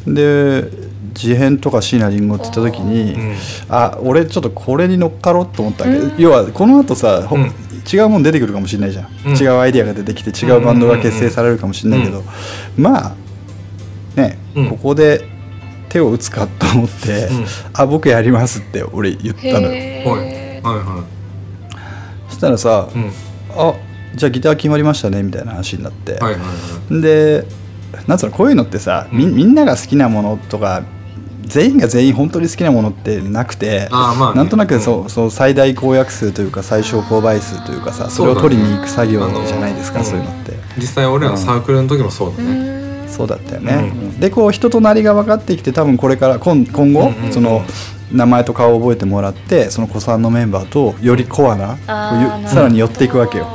[SPEAKER 2] で事変とか椎名林檎って言った時に、
[SPEAKER 3] うん
[SPEAKER 2] あ俺ちょっとこれに乗っかろうと思ったわけど、
[SPEAKER 4] うん
[SPEAKER 2] 要はこの後さ、ほ
[SPEAKER 3] うん
[SPEAKER 2] 違うもん出てくるかもしれないじゃん、
[SPEAKER 3] うん
[SPEAKER 2] 違うアイデアが出てきて違うバンドが結成されるかもしれないけど、
[SPEAKER 3] う
[SPEAKER 2] まあね、
[SPEAKER 3] うん
[SPEAKER 2] ここで手を打つかと思って「
[SPEAKER 3] うん
[SPEAKER 2] あ僕やります」って俺言ったのよ
[SPEAKER 4] へ
[SPEAKER 3] はい
[SPEAKER 4] え
[SPEAKER 3] はいは
[SPEAKER 2] そしたらさ「
[SPEAKER 3] いうん
[SPEAKER 2] あじゃあギター決まりましたね」みたいな話になって、
[SPEAKER 3] はいはいはい
[SPEAKER 2] でなんつうのこういうのってさ、みみんなが好きなものとか全員が全員本当に好きなものってなくて
[SPEAKER 3] あーまあね
[SPEAKER 2] なんとな
[SPEAKER 3] う
[SPEAKER 2] く
[SPEAKER 3] ん
[SPEAKER 2] そう、その最大公約数というか最小公倍数というかさそれを取りに行く作業じゃないですか
[SPEAKER 3] そ
[SPEAKER 2] そうう,、
[SPEAKER 3] だ
[SPEAKER 2] いうのって、
[SPEAKER 3] 実際俺らのサークルの時もそうだ
[SPEAKER 4] う
[SPEAKER 3] ね、
[SPEAKER 4] ーん
[SPEAKER 2] そうだったよね、
[SPEAKER 3] うん
[SPEAKER 2] うんでこう人となりが分かってきて多分これから今今後、
[SPEAKER 3] うんうん
[SPEAKER 2] その名前と顔を覚えてもらってその子さんのメンバーとよりコアな
[SPEAKER 4] あ
[SPEAKER 2] こうゆ
[SPEAKER 4] ーなるほど
[SPEAKER 2] さらに寄っていくわけよ、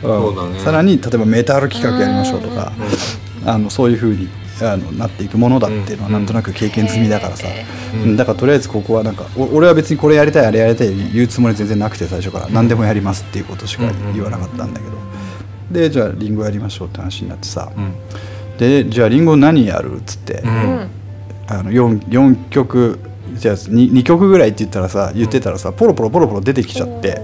[SPEAKER 3] そうだね
[SPEAKER 2] さらに例えばメタル企画やりましょうとか、
[SPEAKER 3] うん
[SPEAKER 2] あのそういうふうにあのなっていくものだっていうのは
[SPEAKER 3] うん
[SPEAKER 2] なんとなく経験済みだからさ、
[SPEAKER 4] へ
[SPEAKER 3] ー
[SPEAKER 2] うんだからとりあえずここはなんかお俺は別にこれやりたいあれやりたい言うつもり全然なくて最初から何でもやりますっていうことしか言わなかったんだけど、でじゃあリンゴやりましょうって話になってさ、
[SPEAKER 3] うん
[SPEAKER 2] でじゃあリンゴ何やるっつって、
[SPEAKER 3] うん
[SPEAKER 4] うん
[SPEAKER 2] あの 4, 四曲じゃあ 2, 二曲ぐらいって言ったらさ言ってたらさポロポロポロポロ出てきちゃって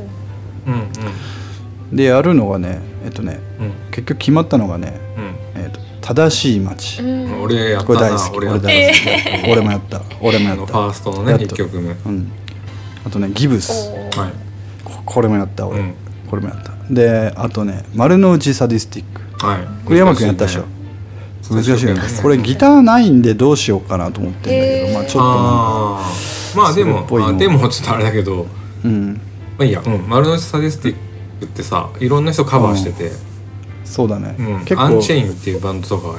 [SPEAKER 3] うんうん
[SPEAKER 2] でやるのがねえっとね
[SPEAKER 3] うん
[SPEAKER 2] 結局決まってたのがね、えっと正しい街
[SPEAKER 4] おーう。ん
[SPEAKER 3] 俺やった
[SPEAKER 2] これ
[SPEAKER 3] な
[SPEAKER 2] 大好き俺
[SPEAKER 3] 俺やった
[SPEAKER 2] 大好き俺もやった俺も
[SPEAKER 3] あ
[SPEAKER 2] や
[SPEAKER 3] の
[SPEAKER 2] っ
[SPEAKER 3] ファー
[SPEAKER 2] た
[SPEAKER 3] ストの
[SPEAKER 2] や
[SPEAKER 3] ね
[SPEAKER 2] っと
[SPEAKER 3] 1曲目は
[SPEAKER 2] うんあとねギブス
[SPEAKER 4] おー
[SPEAKER 3] い
[SPEAKER 2] ここれもやった俺、
[SPEAKER 3] うん
[SPEAKER 2] これもやったであとね「丸の内サディスティック
[SPEAKER 3] は」い
[SPEAKER 2] 栗山君やったでしょ難しいよねこれギターないんでどうしようかなと思ってんだけど、
[SPEAKER 4] へー
[SPEAKER 2] まあちょっとなんか
[SPEAKER 3] あーまあで
[SPEAKER 2] それっぽい
[SPEAKER 3] も
[SPEAKER 2] の
[SPEAKER 3] あでもちょっとあれだけどま
[SPEAKER 2] うん
[SPEAKER 3] あいいやうん丸の内サディスティックってさいろんな人カバーしてて
[SPEAKER 2] そうだね、
[SPEAKER 3] うん
[SPEAKER 2] 結構
[SPEAKER 3] アンチェインっていうバンドとか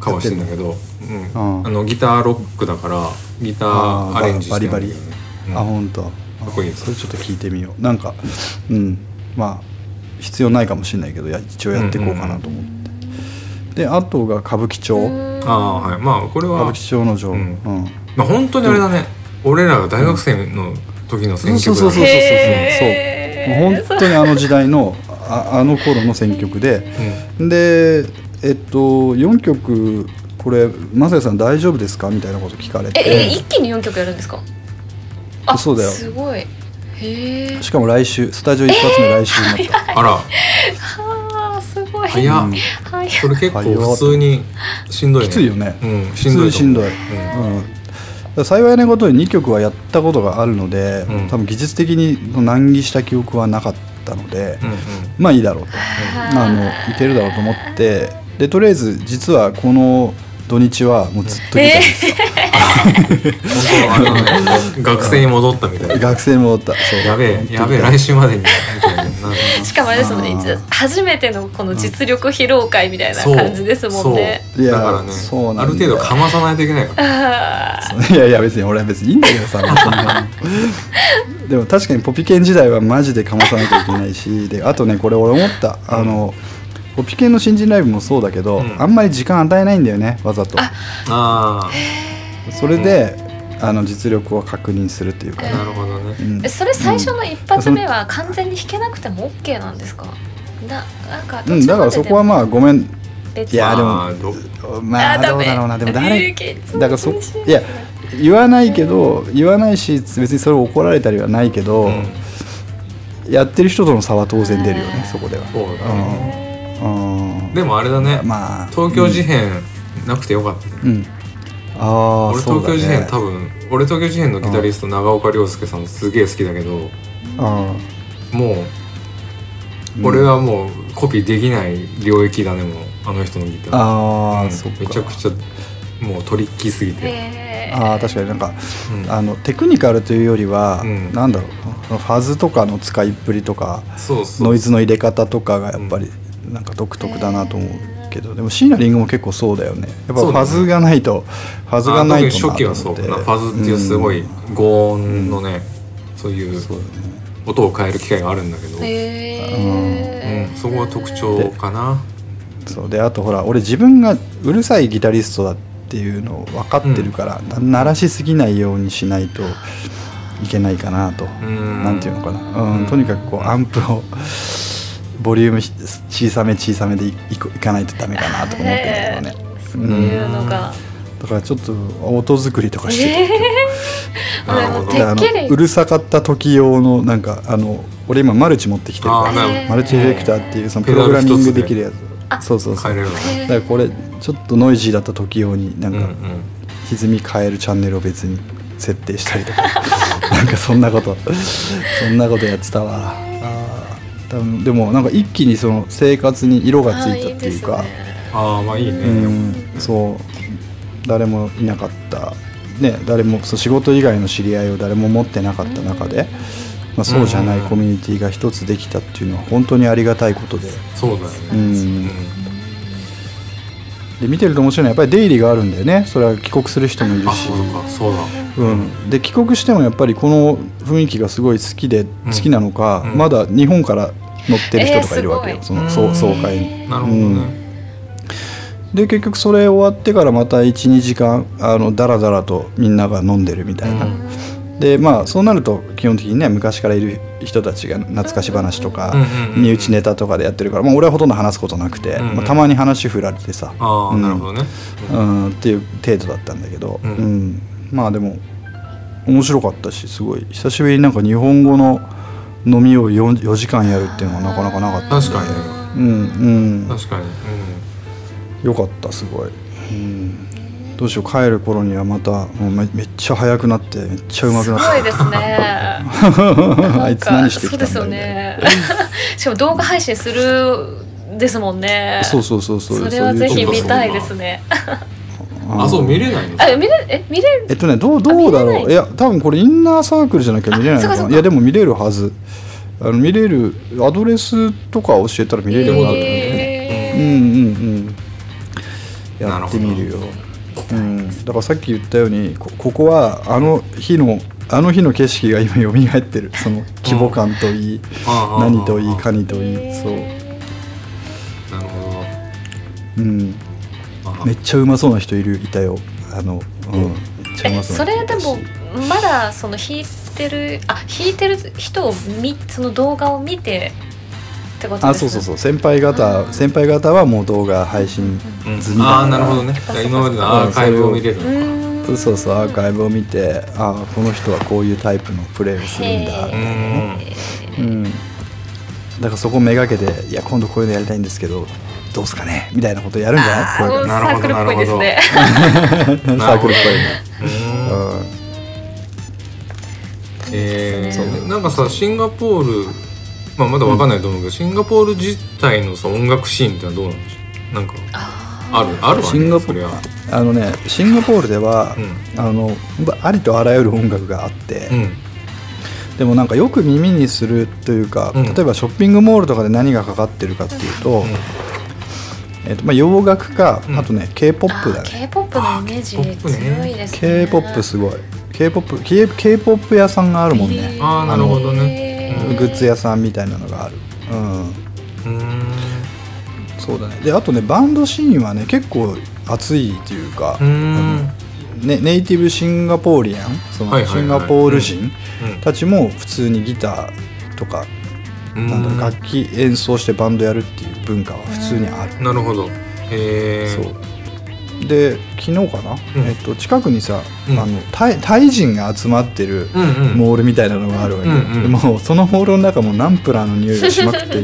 [SPEAKER 3] カバーしてんだけどう
[SPEAKER 2] うんん
[SPEAKER 3] あのギターロックだからギタ
[SPEAKER 2] あ
[SPEAKER 3] ー
[SPEAKER 2] ー
[SPEAKER 3] アレンジしてんだ
[SPEAKER 2] バ
[SPEAKER 3] よね
[SPEAKER 2] リバ
[SPEAKER 3] うん
[SPEAKER 2] あ本当。
[SPEAKER 3] っこいいです
[SPEAKER 2] それちょっと聞いてみようなんかうんまあ必要ないかもしれないけどや一応やっていこうかなと思って、であとが歌舞伎町、
[SPEAKER 4] うん
[SPEAKER 3] あーはいまあこれ
[SPEAKER 2] 歌
[SPEAKER 3] は
[SPEAKER 2] 舞伎町の城、
[SPEAKER 3] う
[SPEAKER 2] うんん
[SPEAKER 3] まあ本当にあれだね俺らが大学生の時の選
[SPEAKER 2] そう
[SPEAKER 3] 曲
[SPEAKER 2] そうそうそうそうそう
[SPEAKER 3] だね
[SPEAKER 4] へー
[SPEAKER 2] そう本当にあの時代のあ あの頃の選曲で
[SPEAKER 3] うん
[SPEAKER 2] でえっと4曲これ「マサヤさん大丈夫ですか?」みたいなこと聞かれ
[SPEAKER 4] ええ
[SPEAKER 2] て
[SPEAKER 4] 一気に四曲やるんですかあ
[SPEAKER 2] そうだよ
[SPEAKER 4] すごいへえ
[SPEAKER 2] しかも来週スタジオ一発目来週になった、
[SPEAKER 3] あら
[SPEAKER 4] はあすごい
[SPEAKER 3] 早っ
[SPEAKER 2] うん
[SPEAKER 4] 早い
[SPEAKER 3] それ結構普通にしんどいね
[SPEAKER 2] きついよね
[SPEAKER 3] うんし
[SPEAKER 2] 普
[SPEAKER 3] んど
[SPEAKER 2] 通
[SPEAKER 3] い
[SPEAKER 2] にし
[SPEAKER 3] と思うん
[SPEAKER 2] どい、うん幸いなことに2曲はやったことがあるので、
[SPEAKER 3] うん
[SPEAKER 2] 多分技術的に難儀した記憶はなかったので、
[SPEAKER 3] うんうん
[SPEAKER 2] まあいいだろうとあのいけるだろうと思ってでとりあえず実はこの土日はもうずっとギターです、
[SPEAKER 3] 本当あの ね学生に戻ったみたいな
[SPEAKER 2] 学生に戻ったそう
[SPEAKER 3] やべ
[SPEAKER 2] 本
[SPEAKER 3] え
[SPEAKER 2] 当
[SPEAKER 3] やべえ来週までにみたいな
[SPEAKER 4] しかもあれですもんね
[SPEAKER 2] あー
[SPEAKER 4] いつ初めてのこの実力披露会みたいな
[SPEAKER 3] そう
[SPEAKER 4] 感じですもんね
[SPEAKER 3] そう
[SPEAKER 2] いや
[SPEAKER 3] だからね
[SPEAKER 2] そう
[SPEAKER 3] あ
[SPEAKER 2] な
[SPEAKER 3] る
[SPEAKER 2] んだ
[SPEAKER 3] 程
[SPEAKER 2] よ
[SPEAKER 3] 度かまさないといけないから
[SPEAKER 4] あ ー
[SPEAKER 2] いやいや別に俺は別にいいんだけどさ別にでも確かにポピケン時代はマジでかまさなきゃいけないしであとねこれ俺思ったあのオピケンの新人ライブもそうだけど、
[SPEAKER 3] うん
[SPEAKER 2] あんまり時間与えないんだよねわざと
[SPEAKER 4] あ
[SPEAKER 3] あ
[SPEAKER 2] それで、あの実力を確認するっていうか
[SPEAKER 3] あ
[SPEAKER 2] ね、
[SPEAKER 3] なるほどね
[SPEAKER 2] うん
[SPEAKER 4] えそれ最初の一発目は完全に弾けなくても OK なんですかななんか
[SPEAKER 2] う
[SPEAKER 4] ど
[SPEAKER 2] ん、
[SPEAKER 4] ち
[SPEAKER 2] だ
[SPEAKER 4] まで
[SPEAKER 2] か
[SPEAKER 4] でも
[SPEAKER 2] らそこはまあごめん
[SPEAKER 4] 別
[SPEAKER 2] いやでも
[SPEAKER 3] まあど
[SPEAKER 2] まあ
[SPEAKER 4] ダ
[SPEAKER 2] どう
[SPEAKER 4] メ
[SPEAKER 2] だろうなでも誰
[SPEAKER 4] えー
[SPEAKER 2] だからそ
[SPEAKER 4] 厳し
[SPEAKER 2] いや言わないけど言わないし別にそれを怒られたりはないけど、
[SPEAKER 3] うん
[SPEAKER 2] やってる人との差は当然出るよねそこでは
[SPEAKER 3] そうだね
[SPEAKER 2] うん
[SPEAKER 3] でもあれだね
[SPEAKER 2] まあ
[SPEAKER 3] 東京事変なくてよかったね
[SPEAKER 2] うん、うん、ああ
[SPEAKER 3] 俺
[SPEAKER 2] そう
[SPEAKER 3] 東
[SPEAKER 2] だ、ね、
[SPEAKER 3] 京事変多分俺東京事変のギタリスト長岡亮介さんすげえ好きだけど
[SPEAKER 2] あ
[SPEAKER 3] も
[SPEAKER 2] うん
[SPEAKER 3] う俺はもうコピーできない領域だねもうあの人のギター
[SPEAKER 2] あー、
[SPEAKER 3] うん
[SPEAKER 2] そっか
[SPEAKER 3] めちゃくちゃもうトリッキーすぎて、
[SPEAKER 4] へー
[SPEAKER 2] ああ確かになんか
[SPEAKER 3] うん
[SPEAKER 2] あのテクニカルというよりは、
[SPEAKER 3] うん
[SPEAKER 2] なんだろうそのファズとかの使いっぷりとか
[SPEAKER 3] そうそう
[SPEAKER 2] ノイズの入れ方とかがやっぱりなんか独特だなと思うけど、でも椎名林檎も結構そうだよねやっぱフ
[SPEAKER 3] そうだ
[SPEAKER 2] ァ
[SPEAKER 3] ね
[SPEAKER 2] ズがないと、ファズがないとな
[SPEAKER 3] あの時初期はそうかなファズっていうすごい
[SPEAKER 2] ん
[SPEAKER 3] 強音のね、そういう
[SPEAKER 2] そうだね
[SPEAKER 3] 音を変える機会があるんだけど、
[SPEAKER 4] へ
[SPEAKER 3] う
[SPEAKER 4] ー
[SPEAKER 3] ん、そこは特徴かな
[SPEAKER 2] そうであとほら俺自分がうるさいギタリストだっていうのを分かってるから、な鳴らしすぎないようにしないといけないかなと、
[SPEAKER 3] ん
[SPEAKER 2] なんていうのかな、うん
[SPEAKER 3] うん
[SPEAKER 2] とにかくこうアンプをボリューム小さめ小さめでいいこいかないとダメかなとか思ってるんだけどね、
[SPEAKER 4] そういうのが、
[SPEAKER 2] だからちょっと音作りとかしてて、
[SPEAKER 4] あ
[SPEAKER 3] なるほ
[SPEAKER 4] の
[SPEAKER 3] ど
[SPEAKER 4] て
[SPEAKER 2] であ
[SPEAKER 4] っきり
[SPEAKER 2] のうるさかった時用のなんかあの俺今マルチ持ってきてるか
[SPEAKER 3] あー
[SPEAKER 2] ら
[SPEAKER 3] なるほ
[SPEAKER 4] ー
[SPEAKER 3] ど
[SPEAKER 2] マルチエフェクターっていうそのプ
[SPEAKER 3] ペダ
[SPEAKER 2] ロ
[SPEAKER 3] ル
[SPEAKER 2] グラミング
[SPEAKER 3] 一つで
[SPEAKER 2] できるやつそうそうそう
[SPEAKER 3] 変えれるの
[SPEAKER 2] だ
[SPEAKER 4] へー
[SPEAKER 2] からこれちょっとノイジーだった時用になん
[SPEAKER 3] うんう
[SPEAKER 2] か
[SPEAKER 3] ん
[SPEAKER 2] 歪み変えるチャンネルを別に設定したりとか なんかそんなことそんなことやってたわあー多分でもなんか一気にその生活に色がついたっていうか
[SPEAKER 4] あーいいですね
[SPEAKER 3] ああまあいいね、
[SPEAKER 2] うんそう誰もいなかったね誰もそう仕事以外の知り合いを誰も持ってなかった中で、まあ、そうじゃないコミュニティが一つできたっていうのは本当にありがたいことで。
[SPEAKER 3] そうだよ
[SPEAKER 2] う
[SPEAKER 3] ね、うん
[SPEAKER 2] んで見てると面白いのはやっぱり出入りがあるんだよねそれは帰国する人もいる
[SPEAKER 3] あ
[SPEAKER 2] し
[SPEAKER 3] そう、かそうだ
[SPEAKER 2] うん、で帰国してもやっぱりこの雰囲気がすごい好きで好きなのか、
[SPEAKER 3] うん
[SPEAKER 2] まだ日本から乗ってる人とかいるわけよ、
[SPEAKER 4] えーす
[SPEAKER 2] そ
[SPEAKER 3] ご
[SPEAKER 2] の
[SPEAKER 3] い
[SPEAKER 2] そう
[SPEAKER 3] うん
[SPEAKER 2] 総会に。
[SPEAKER 3] なるほどね、
[SPEAKER 2] で結局それ終わってからまた12時間あのダラダラとみんなが飲んでるみたいな、
[SPEAKER 3] うん
[SPEAKER 2] でまあそうなると基本的にね昔からいる人たちが懐かし話とか、身内ネタとかでやってるから、まあ、俺はほとんど話すことなくて、
[SPEAKER 3] うんうん
[SPEAKER 2] まあ、たまに話振られてさ、
[SPEAKER 3] ああ
[SPEAKER 2] うん
[SPEAKER 3] なるほどね、
[SPEAKER 2] うん、っていう程度だったんだけど、う
[SPEAKER 3] うんん
[SPEAKER 2] まあでも面白かったしすごい久しぶりになんか日本語の飲みを 4, 時間やるっていうのはなかなかなかった
[SPEAKER 3] 確かにね
[SPEAKER 2] うんうん
[SPEAKER 3] 確かに、
[SPEAKER 2] よかったすごい、うん、どうしよう帰る頃にはまたもうめめっちゃ速くなってめっちゃ上手く
[SPEAKER 4] す
[SPEAKER 2] なっ
[SPEAKER 4] ごいですね
[SPEAKER 2] た あ
[SPEAKER 4] なん
[SPEAKER 2] いつ
[SPEAKER 4] か
[SPEAKER 2] 何して
[SPEAKER 4] そ
[SPEAKER 2] き
[SPEAKER 4] う
[SPEAKER 2] た
[SPEAKER 4] で
[SPEAKER 2] ん
[SPEAKER 4] す
[SPEAKER 2] だ
[SPEAKER 4] よ
[SPEAKER 2] みたいな
[SPEAKER 4] ね しかも動画配信するですもんね
[SPEAKER 2] そうそうそうそう
[SPEAKER 4] それはぜひ見たいですね
[SPEAKER 3] うん、あそう見れないの
[SPEAKER 4] あ見れえ見れる
[SPEAKER 2] えっとねどうどうだ
[SPEAKER 4] あ見れ
[SPEAKER 2] ろ
[SPEAKER 4] な
[SPEAKER 2] う
[SPEAKER 4] い
[SPEAKER 2] いや多分これインナーサークルじゃなきゃ見れない
[SPEAKER 4] あそ
[SPEAKER 2] のか
[SPEAKER 4] うかそう
[SPEAKER 2] な
[SPEAKER 4] か
[SPEAKER 2] いやでも見れるはずあの見れるアドレスとか教えたら見れるようになるんだよね、
[SPEAKER 4] え
[SPEAKER 2] うん
[SPEAKER 4] ー
[SPEAKER 2] うんうんやってみるよ
[SPEAKER 3] なる
[SPEAKER 2] うん、だからさっき言ったようにこここはあの日のあの日の景色が今蘇ってるその規模感といい、
[SPEAKER 3] ああ
[SPEAKER 2] 何といい
[SPEAKER 3] あ
[SPEAKER 2] かにといいそう、
[SPEAKER 3] あなるほど
[SPEAKER 2] うん、
[SPEAKER 3] あ
[SPEAKER 2] めっちゃうまそうな人いるいたよあの、うん、めっちゃう
[SPEAKER 4] え
[SPEAKER 2] まそう
[SPEAKER 4] そ
[SPEAKER 2] な人
[SPEAKER 4] れ
[SPEAKER 2] いた
[SPEAKER 4] で
[SPEAKER 2] し
[SPEAKER 4] もまだその弾いてるあ弾いてる人を見その動画を見てってことです
[SPEAKER 2] あそうそうそう 先輩
[SPEAKER 4] あ
[SPEAKER 2] 方
[SPEAKER 4] ー
[SPEAKER 2] 先輩方はもう動画配信
[SPEAKER 3] うん
[SPEAKER 2] 済みだから
[SPEAKER 3] ああなるほどねじゃあ今までのアーカイブを見れるの
[SPEAKER 4] うーん
[SPEAKER 2] そうそうそうアーカイブを見てあーこの人はこういうタイプのプレーをするんだみ
[SPEAKER 4] へ
[SPEAKER 2] たいなね
[SPEAKER 3] うん
[SPEAKER 2] うんだからそこめがけていや今度こういうのやりたいんですけどどうすかねみたいなことやるんじゃないこれ
[SPEAKER 4] もう
[SPEAKER 2] か
[SPEAKER 4] サークルっぽいですね
[SPEAKER 2] ら サークルっぽいね
[SPEAKER 3] え
[SPEAKER 4] そう
[SPEAKER 2] です
[SPEAKER 3] ー、なんかさシンガポール、まあ、まだわかんないと思うけど、シンガポール自体のさ音楽シーンってのはどうなんでしょうなんかあるあるわね
[SPEAKER 2] シンガポ
[SPEAKER 3] そり
[SPEAKER 2] う
[SPEAKER 3] ゃ
[SPEAKER 2] んあのねシンガポールでは
[SPEAKER 3] う、
[SPEAKER 2] あの本当ありとあらゆる音楽があって、
[SPEAKER 3] んうん
[SPEAKER 2] でもなんかよく耳にするというか、
[SPEAKER 3] うん
[SPEAKER 2] 例えばショッピングモールとかで何がかかってるかっていうと、えっとまあ、洋楽か、
[SPEAKER 3] うん
[SPEAKER 2] あとね k p o p だね
[SPEAKER 4] k p o p のイメージ強いですね
[SPEAKER 2] k p o p すごい k p o p k p o p 屋さんがあるもんね、
[SPEAKER 3] あーなるほどね
[SPEAKER 4] へー
[SPEAKER 2] グッズ屋さんみたいなのがある、うん、
[SPEAKER 3] うん
[SPEAKER 2] そうだねであとねバンドシーンはね結構熱いというか、
[SPEAKER 3] うーん
[SPEAKER 2] ね、ネイティブシンガポーリアンその
[SPEAKER 3] はいはい
[SPEAKER 2] シ
[SPEAKER 3] はい
[SPEAKER 2] ンガポール人
[SPEAKER 3] うん
[SPEAKER 2] たちも普通にギターとか、なんだろう楽器演奏してバンドやるっていう文化は普通にある、
[SPEAKER 3] なるほどへえ
[SPEAKER 2] そうで昨日かな、
[SPEAKER 3] うん
[SPEAKER 2] えっと、近くにさ、
[SPEAKER 3] うん
[SPEAKER 2] あのタイタイ人が集まってる
[SPEAKER 3] うんうん
[SPEAKER 2] モールみたいなのがあるわけ、
[SPEAKER 3] うんうん
[SPEAKER 2] でもうそのモールの中もナンプラーの匂いがしまくって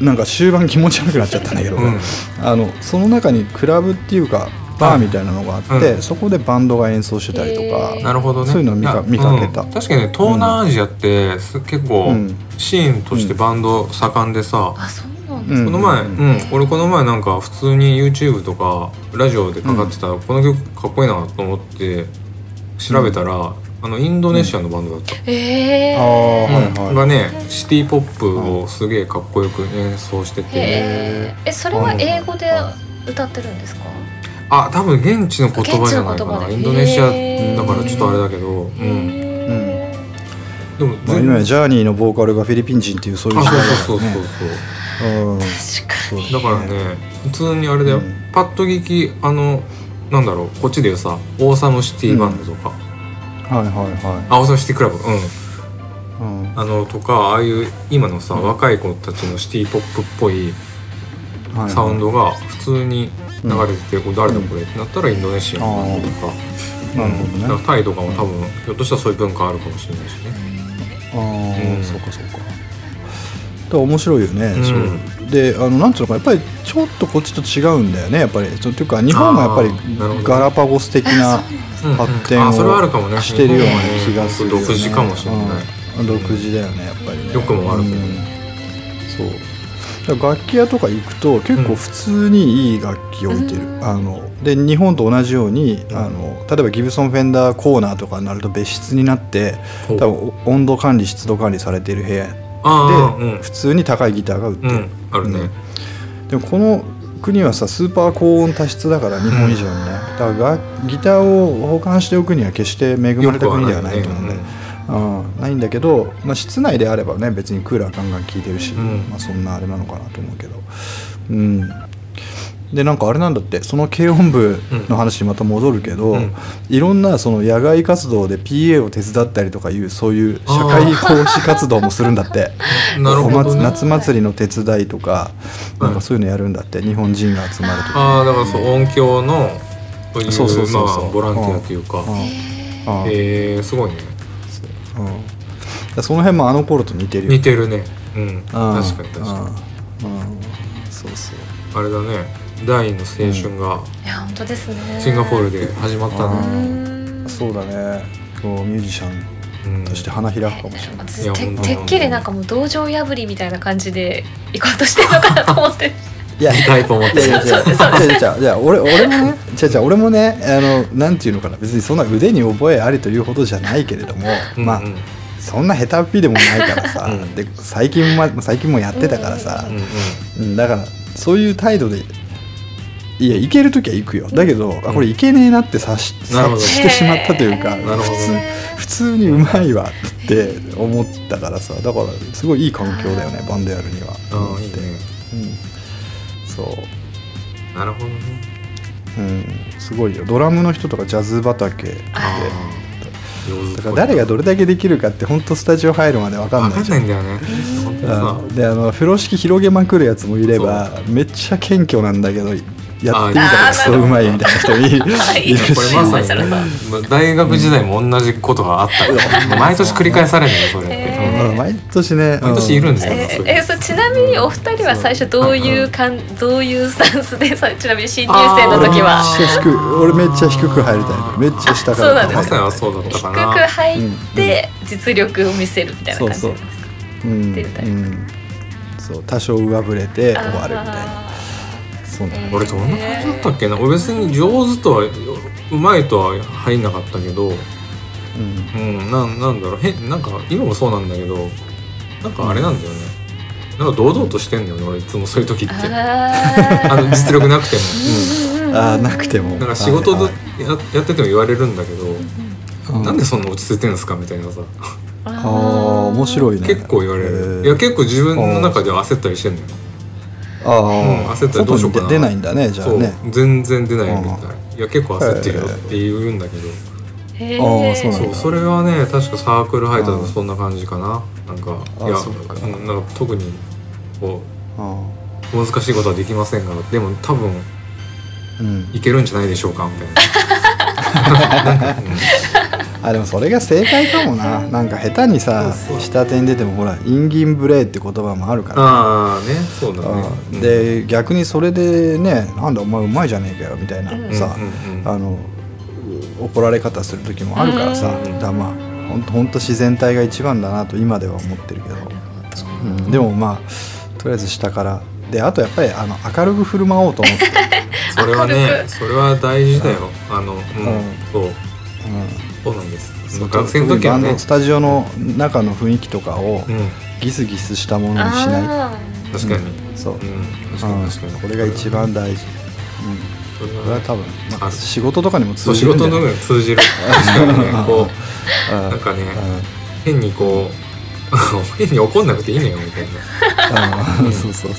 [SPEAKER 2] なんか終盤気持ち悪くなっちゃったんだけど、
[SPEAKER 3] うん
[SPEAKER 2] あのその中にクラブっていうかバーみたいなのがあって、
[SPEAKER 3] うん
[SPEAKER 2] そこでバンドが演奏してたりとか、
[SPEAKER 4] へー
[SPEAKER 3] なるほどね
[SPEAKER 2] そういうのを見か
[SPEAKER 3] や
[SPEAKER 2] 見かけた
[SPEAKER 3] うん確かにね東南アジアってす結構
[SPEAKER 2] うん
[SPEAKER 3] シーンとしてバンド盛んでさ
[SPEAKER 4] あそうなん
[SPEAKER 2] う
[SPEAKER 4] だ
[SPEAKER 2] ん
[SPEAKER 3] この前、
[SPEAKER 2] う
[SPEAKER 3] うんん俺この前なんか普通に YouTube とかラジオでかかってた、この曲かっこいいなと思って調べたら、あのインドネシアのバンドだった、
[SPEAKER 4] ええ
[SPEAKER 2] ああ
[SPEAKER 3] う
[SPEAKER 2] はい
[SPEAKER 3] ん
[SPEAKER 2] はい、
[SPEAKER 3] がねシティ・ポップをすげえかっこよく演奏してて、
[SPEAKER 4] へええそれは英語で歌ってるんですか
[SPEAKER 3] あ多分現地の言葉じゃないか
[SPEAKER 4] 現地の言葉
[SPEAKER 3] な
[SPEAKER 4] で
[SPEAKER 3] インドネシア
[SPEAKER 4] へー
[SPEAKER 3] だからちょっとあれだけど、うん、
[SPEAKER 4] へー
[SPEAKER 3] でも
[SPEAKER 2] まあ、
[SPEAKER 3] 全
[SPEAKER 2] 今やジャーニーのボーカルがフィリピン人っていうそういう
[SPEAKER 3] あ
[SPEAKER 2] 時代だよね
[SPEAKER 3] そうそうそうそうそう
[SPEAKER 2] うん
[SPEAKER 4] 確か
[SPEAKER 2] そう
[SPEAKER 3] だからね普通にあれだよ、
[SPEAKER 2] うん
[SPEAKER 3] パッと聞きあのなんだろうこっちでいうさオーサムシティバンドとか、
[SPEAKER 2] はいは
[SPEAKER 3] あオーサムシティクラブう
[SPEAKER 2] いは
[SPEAKER 3] ん
[SPEAKER 2] い、うん、
[SPEAKER 3] あのとかああいう今のさ、若い子たちのシティポップっぽい
[SPEAKER 2] はいはい
[SPEAKER 3] サウンドが普通に流れてて、これ誰だこれってなったらインドネシアのとか,、
[SPEAKER 2] あーなるほどね
[SPEAKER 3] だからタイとかも多分、ひょっとしたらそういう文化あるかもしれないしね
[SPEAKER 2] ああ、
[SPEAKER 3] うん
[SPEAKER 2] そうかそうか。だから面白いよね。
[SPEAKER 3] うん
[SPEAKER 2] そうであのなんつうのかやっぱりちょっとこっちと違うんだよねやっぱり。ちょっていうか日本がやっぱ
[SPEAKER 3] あーなるほ
[SPEAKER 2] り
[SPEAKER 3] ど
[SPEAKER 2] ガラパゴス的な
[SPEAKER 3] うん
[SPEAKER 2] 発展
[SPEAKER 3] あそれはあるかも
[SPEAKER 2] を
[SPEAKER 3] ね
[SPEAKER 2] してるような気がするよね。
[SPEAKER 3] 日本はね独自かもしれない
[SPEAKER 2] うん。独自だよねやっぱりね。
[SPEAKER 3] 良くも悪くも
[SPEAKER 2] うんそう。だから楽器屋とか行くと結構普通にいい楽器置いてる、
[SPEAKER 4] うん
[SPEAKER 2] あので日本と同じようにあの例えばギブソンフェンダーコーナーとかになると別室になって
[SPEAKER 3] ほう
[SPEAKER 2] 多分温度管理湿度管理されている部屋
[SPEAKER 3] ああう
[SPEAKER 2] で
[SPEAKER 3] ん
[SPEAKER 2] 普通に高いギターが売って
[SPEAKER 3] う
[SPEAKER 2] る、
[SPEAKER 3] んあるね、
[SPEAKER 2] でもこの国はさスーパー高温多湿だから日本以上にね、だからがギターを保管しておくには決して恵まれた国ではないと思うね
[SPEAKER 3] よく
[SPEAKER 2] うん、ないんだけど、まあ、室内であればね別にクーラーガンガン効いてるし、
[SPEAKER 3] うん
[SPEAKER 2] まあ、そんなあれなのかなと思うけどうんでなんかあれなんだってその軽音部の話にまた戻るけど、
[SPEAKER 3] うん
[SPEAKER 2] いろんなその野外活動で PA を手伝ったりとかいうそういう社会奉仕活動もするんだって。
[SPEAKER 3] なるほ
[SPEAKER 2] お
[SPEAKER 3] ど
[SPEAKER 2] 祭
[SPEAKER 3] ね
[SPEAKER 2] 夏祭りの手伝いとかなんかそういうのやるんだって、日本人が集まるとか
[SPEAKER 3] ああだからそう音響のという
[SPEAKER 2] そうそうそうそう
[SPEAKER 3] まあボランティアというか
[SPEAKER 2] うんうん
[SPEAKER 3] えー、すごいね
[SPEAKER 2] うんだからその辺もあの頃と似てるよ
[SPEAKER 3] 似てるねう
[SPEAKER 2] う
[SPEAKER 3] ん確
[SPEAKER 2] ん
[SPEAKER 3] かに確か
[SPEAKER 2] うんうんそうそう
[SPEAKER 3] にあれだね第二の青春が
[SPEAKER 4] いや本当ですね
[SPEAKER 3] シンガポールで始まった
[SPEAKER 2] う
[SPEAKER 3] ね
[SPEAKER 4] うん
[SPEAKER 2] そうだねこうミュージシャン
[SPEAKER 3] うん
[SPEAKER 2] として花開くかもしれない、
[SPEAKER 4] 私
[SPEAKER 3] いや
[SPEAKER 4] て
[SPEAKER 3] 本当
[SPEAKER 4] てっきりなんかもう道場破りみたいな感じで行こうとしてるのかなと思って
[SPEAKER 2] いやい
[SPEAKER 3] タイプ持っ
[SPEAKER 2] やい
[SPEAKER 3] て
[SPEAKER 2] や違う違う違う違う俺俺もね違う違う俺もねあのなんていうのかな別にそんな腕に覚えありというほどじゃないけれども、まあ
[SPEAKER 3] うんうん
[SPEAKER 2] そんな下手っぴでもないからさ、
[SPEAKER 3] うん
[SPEAKER 2] で最近ま最近もやってたからさ、
[SPEAKER 3] うんうん
[SPEAKER 2] うんだからそういう態度でいや行ける時は行くよだけど、あこれ行けねえなって察し
[SPEAKER 3] なる
[SPEAKER 2] 察
[SPEAKER 3] ほど
[SPEAKER 2] してしまったというか
[SPEAKER 4] へ
[SPEAKER 2] 普
[SPEAKER 4] え
[SPEAKER 3] なるほど
[SPEAKER 2] 通普通にうまいわって思ったからさだからすごいいい環境だよねバンドやるには
[SPEAKER 3] ああいいね
[SPEAKER 2] うん、そう、
[SPEAKER 3] なるほどね
[SPEAKER 2] うん、すごいよドラムの人とかジャズ畑で
[SPEAKER 3] ああ上手
[SPEAKER 2] だから誰が
[SPEAKER 3] れ
[SPEAKER 2] どれだけできるかって本当スタジオ入るまで分かん
[SPEAKER 3] わ
[SPEAKER 2] な
[SPEAKER 3] か
[SPEAKER 2] い
[SPEAKER 3] ん
[SPEAKER 2] じゃ
[SPEAKER 3] なんいんだよね本当にさ
[SPEAKER 2] うんであの風呂敷広げまくるやつもいればめっちゃ謙虚なんだけどやってみたらクソうまいみたいな人に いるし
[SPEAKER 3] これまさに
[SPEAKER 4] それは
[SPEAKER 3] ね大学時代も同じことがあったから毎年繰り返されるのよそれっ
[SPEAKER 4] へ
[SPEAKER 3] て
[SPEAKER 4] ー
[SPEAKER 2] うん毎年ね
[SPEAKER 3] 毎年いるんだよ
[SPEAKER 4] ええそうちなみにお二人は最初どういうかんどういうスタンスで さちなみに新入生の時は
[SPEAKER 3] あ
[SPEAKER 2] めっちゃ低く俺めっちゃ低く入りたいめっちゃ下から
[SPEAKER 4] そうなんで
[SPEAKER 3] ますさにはそうだった
[SPEAKER 4] 低く
[SPEAKER 3] かな
[SPEAKER 4] 入って実力を見せるみたいな感じ
[SPEAKER 2] そうそううん、うん、そう多少上振れて終わるみたいな
[SPEAKER 4] あ
[SPEAKER 2] そうなの
[SPEAKER 3] 俺どんな感じだったっけな俺別に上手とはうまいとは入んなかったけど
[SPEAKER 2] うん
[SPEAKER 3] うんなんなんだろうへなんか今もそうなんだけどなんかあれなんだよねなんか堂々としてんだよね俺いつもそういう時って
[SPEAKER 4] ー
[SPEAKER 3] あ
[SPEAKER 4] あ
[SPEAKER 3] の実力なくても、
[SPEAKER 2] あーなくても
[SPEAKER 3] なんか仕事
[SPEAKER 2] は
[SPEAKER 3] で
[SPEAKER 2] い
[SPEAKER 3] ややってても言われるんだけど、
[SPEAKER 2] はい
[SPEAKER 3] なんでそんな落ち着いてんですかみたいなさ
[SPEAKER 4] あ
[SPEAKER 2] ああ面
[SPEAKER 4] い
[SPEAKER 2] 白いね
[SPEAKER 3] 結構言われ
[SPEAKER 2] へ
[SPEAKER 3] る
[SPEAKER 2] ー
[SPEAKER 3] いや結構自分の中では焦ったりしてんだよ
[SPEAKER 2] あああ、
[SPEAKER 3] うん焦ったらどうしようか
[SPEAKER 2] 外
[SPEAKER 3] な
[SPEAKER 2] に出ないんだねじゃあ
[SPEAKER 3] そう
[SPEAKER 2] ね
[SPEAKER 3] 全然出ないみたいいや結構焦ってるよって言うんだけど、
[SPEAKER 4] へ
[SPEAKER 2] ああそうなんだ
[SPEAKER 3] そうそれはね確かサークル入ったのがそんな感じかななんか
[SPEAKER 2] あ
[SPEAKER 3] いや
[SPEAKER 2] そっか
[SPEAKER 3] うんなんか特にこ
[SPEAKER 2] あ
[SPEAKER 3] う難しいことはできませんがでも多分
[SPEAKER 2] あうん
[SPEAKER 3] いけるんじゃないでしょうかみたいななんか、うん
[SPEAKER 2] あでもそれが正解かもななんか下手にさ
[SPEAKER 3] そうそ
[SPEAKER 2] 下
[SPEAKER 3] う
[SPEAKER 2] 手に出てもほら「インギンブレイ」って言葉 もあるから
[SPEAKER 3] ああねそうだね
[SPEAKER 2] あ
[SPEAKER 3] う
[SPEAKER 2] ー
[SPEAKER 3] ん
[SPEAKER 2] で逆にそれでね「なんだお前うまいじゃねえかよ」みたいな
[SPEAKER 4] うん
[SPEAKER 2] さ
[SPEAKER 3] うんうんうん
[SPEAKER 2] あの怒られ方する時もあるからさ
[SPEAKER 3] うん
[SPEAKER 2] だからまあほんとほんと自然体が一番だなと今では思ってるけど、うんでもまあとりあえず下からであとやっぱりあの明るく振る舞おうと 思って、
[SPEAKER 3] それは
[SPEAKER 4] 明る
[SPEAKER 3] ね
[SPEAKER 4] く
[SPEAKER 3] それは大事だよあのうんそう
[SPEAKER 2] う
[SPEAKER 3] そうなんです
[SPEAKER 2] ん、
[SPEAKER 3] 学生の時
[SPEAKER 2] 特
[SPEAKER 3] は
[SPEAKER 2] にバン
[SPEAKER 3] ね
[SPEAKER 2] ドスタジオの中の雰囲気とかを
[SPEAKER 3] うん
[SPEAKER 2] ギスギスしたものにしない、
[SPEAKER 4] あ
[SPEAKER 3] 確かに
[SPEAKER 2] そう、
[SPEAKER 3] うん確か
[SPEAKER 2] うん
[SPEAKER 3] に確かに
[SPEAKER 2] これが一番大事、
[SPEAKER 3] それ
[SPEAKER 2] うん、
[SPEAKER 3] は
[SPEAKER 2] これは多分なんか
[SPEAKER 3] あ
[SPEAKER 2] 仕事とかにも
[SPEAKER 3] そ
[SPEAKER 2] 通
[SPEAKER 3] う
[SPEAKER 2] じ
[SPEAKER 3] 仕
[SPEAKER 2] るんじ
[SPEAKER 3] 事
[SPEAKER 2] ゃない
[SPEAKER 3] の分通じる確かにねこうなんかね変にこう 変に怒んなくていいのよみたいな
[SPEAKER 2] うんうんそうそう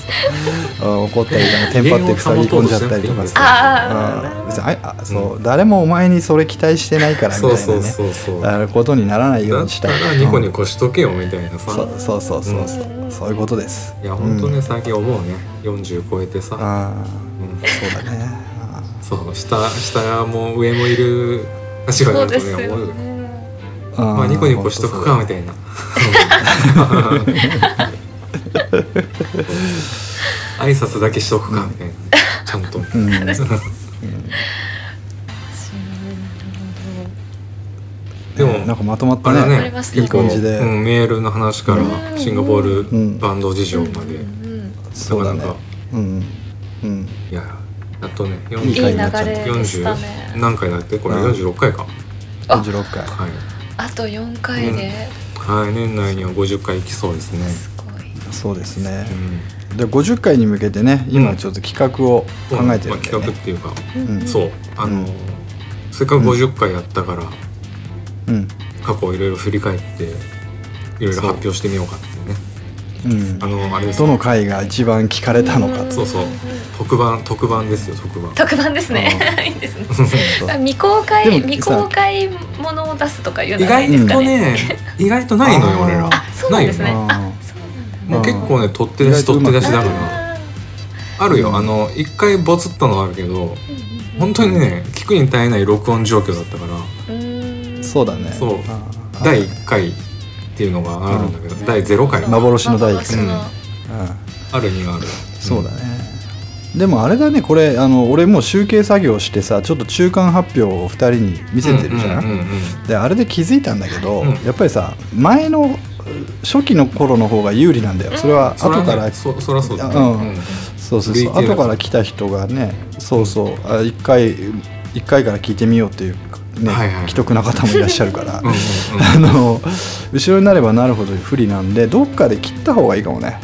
[SPEAKER 2] そううん怒ったりテンパって塞ぎ込んじゃったりとか
[SPEAKER 4] あ
[SPEAKER 2] さ
[SPEAKER 4] あ
[SPEAKER 2] うん別にああそう、誰もお前にそれ期待してないからみたい
[SPEAKER 3] そ
[SPEAKER 2] な
[SPEAKER 3] う
[SPEAKER 2] ね
[SPEAKER 3] そうそうそうだっ
[SPEAKER 2] あのことにならないようにした
[SPEAKER 3] た
[SPEAKER 2] い
[SPEAKER 3] らニコニコしとけよみたいな
[SPEAKER 2] うん
[SPEAKER 3] さ
[SPEAKER 2] そうそうそうそうそう、そういうことです
[SPEAKER 3] いや本当
[SPEAKER 2] う
[SPEAKER 3] ね
[SPEAKER 2] ん
[SPEAKER 3] 最近思うね40超えてさ
[SPEAKER 2] あ
[SPEAKER 3] うん
[SPEAKER 2] あそうだねあ
[SPEAKER 3] そう下下も上もいる立場
[SPEAKER 4] そ
[SPEAKER 3] だ
[SPEAKER 4] う
[SPEAKER 3] と
[SPEAKER 4] です
[SPEAKER 3] ね思う
[SPEAKER 4] よ
[SPEAKER 3] よ
[SPEAKER 4] ね
[SPEAKER 2] あ
[SPEAKER 3] まあニコニコしとくかみ
[SPEAKER 2] い
[SPEAKER 3] たいな 挨拶だけしとくかみたいなちゃんと、
[SPEAKER 2] うん
[SPEAKER 3] うんでも、
[SPEAKER 2] なんかまとまっ
[SPEAKER 3] あ
[SPEAKER 2] た
[SPEAKER 3] れ
[SPEAKER 2] ね
[SPEAKER 3] は
[SPEAKER 4] わか
[SPEAKER 3] ね
[SPEAKER 4] りました
[SPEAKER 2] いい感じで、
[SPEAKER 3] うん、メールの話か
[SPEAKER 4] うん
[SPEAKER 3] らシンガポールバンド事情まで、
[SPEAKER 2] そうだね
[SPEAKER 3] なかなか
[SPEAKER 2] うんうん
[SPEAKER 3] いややっとね
[SPEAKER 2] いい
[SPEAKER 4] いい流
[SPEAKER 2] 回
[SPEAKER 4] れ
[SPEAKER 2] になっちゃった
[SPEAKER 4] でしたね
[SPEAKER 3] 何回だってこれ
[SPEAKER 2] うん
[SPEAKER 3] 46回か、
[SPEAKER 4] あ
[SPEAKER 2] 46回
[SPEAKER 3] はい、
[SPEAKER 4] あと4回で
[SPEAKER 3] はい、年内には50回いきそうですね、
[SPEAKER 4] すごい
[SPEAKER 2] そうですね
[SPEAKER 3] うん
[SPEAKER 2] で50回に向けてね今ちょっと企画を考えてるんだよ
[SPEAKER 3] まあ、企画っ
[SPEAKER 2] ね
[SPEAKER 3] ていうか、
[SPEAKER 2] うん
[SPEAKER 3] そうあの、
[SPEAKER 2] うん
[SPEAKER 3] せっかく50回やったから、
[SPEAKER 2] うん
[SPEAKER 3] 過去をいろいろ振り返っていろいろ発表してみようかっていうね
[SPEAKER 2] うん
[SPEAKER 3] あのあれです
[SPEAKER 2] どの回が一番聞かれたのか
[SPEAKER 3] そうそう特番特番ですよ特番
[SPEAKER 4] 特番ですね いいですね
[SPEAKER 2] そう
[SPEAKER 4] 未公開
[SPEAKER 2] でも
[SPEAKER 4] 未公開ものを出すとかいう
[SPEAKER 3] 意
[SPEAKER 4] のはない
[SPEAKER 3] 外
[SPEAKER 4] んですか
[SPEAKER 3] と
[SPEAKER 4] ね
[SPEAKER 3] ね意外とないの
[SPEAKER 2] あ
[SPEAKER 3] よ
[SPEAKER 2] ー
[SPEAKER 3] 俺ら
[SPEAKER 4] あそうなんですね
[SPEAKER 3] ないよ
[SPEAKER 2] あ
[SPEAKER 4] そうなんだ
[SPEAKER 3] もう結構ね取って出し
[SPEAKER 2] 意外
[SPEAKER 3] 取
[SPEAKER 2] と
[SPEAKER 3] って出し
[SPEAKER 2] う
[SPEAKER 3] だ
[SPEAKER 2] ま
[SPEAKER 3] か
[SPEAKER 2] く
[SPEAKER 3] ら
[SPEAKER 4] あ
[SPEAKER 3] ある
[SPEAKER 2] う
[SPEAKER 3] よ
[SPEAKER 2] ん
[SPEAKER 3] あの一回ボツったのはあるけど
[SPEAKER 4] ーうんうん
[SPEAKER 3] 本当にね聞くに耐えない録音状況だったから
[SPEAKER 4] うん
[SPEAKER 2] ーそうだね
[SPEAKER 3] そう
[SPEAKER 2] あー
[SPEAKER 3] 第1回っていうのがあるんだけど
[SPEAKER 4] うん
[SPEAKER 3] 第0回
[SPEAKER 2] ま幻の第一
[SPEAKER 4] 幻の
[SPEAKER 3] うん
[SPEAKER 2] うん
[SPEAKER 3] あるにはある
[SPEAKER 2] そうだね、でもあれだねこれあの俺もう集計作業してさちょっと中間発表を2人に見せてるじゃん,、
[SPEAKER 3] うんうんうんうん
[SPEAKER 2] であれで気づいたんだけど、
[SPEAKER 3] うん
[SPEAKER 2] やっぱりさ前のう初期の頃の方が有利なんだよそれは
[SPEAKER 3] そら
[SPEAKER 2] 後
[SPEAKER 3] ね
[SPEAKER 2] から
[SPEAKER 3] そそらそうだね
[SPEAKER 2] うん
[SPEAKER 3] うん
[SPEAKER 2] そうそう
[SPEAKER 3] 類
[SPEAKER 2] そう
[SPEAKER 3] 型だ
[SPEAKER 2] 後から来た人がねそうそうあ1回一回から聞いてみようっていうね、
[SPEAKER 3] はいはい
[SPEAKER 2] 既得な方もいらっしゃるから
[SPEAKER 3] うんうん
[SPEAKER 2] あの後ろになればなるほど不利なんでどっかで切った方がいいかもね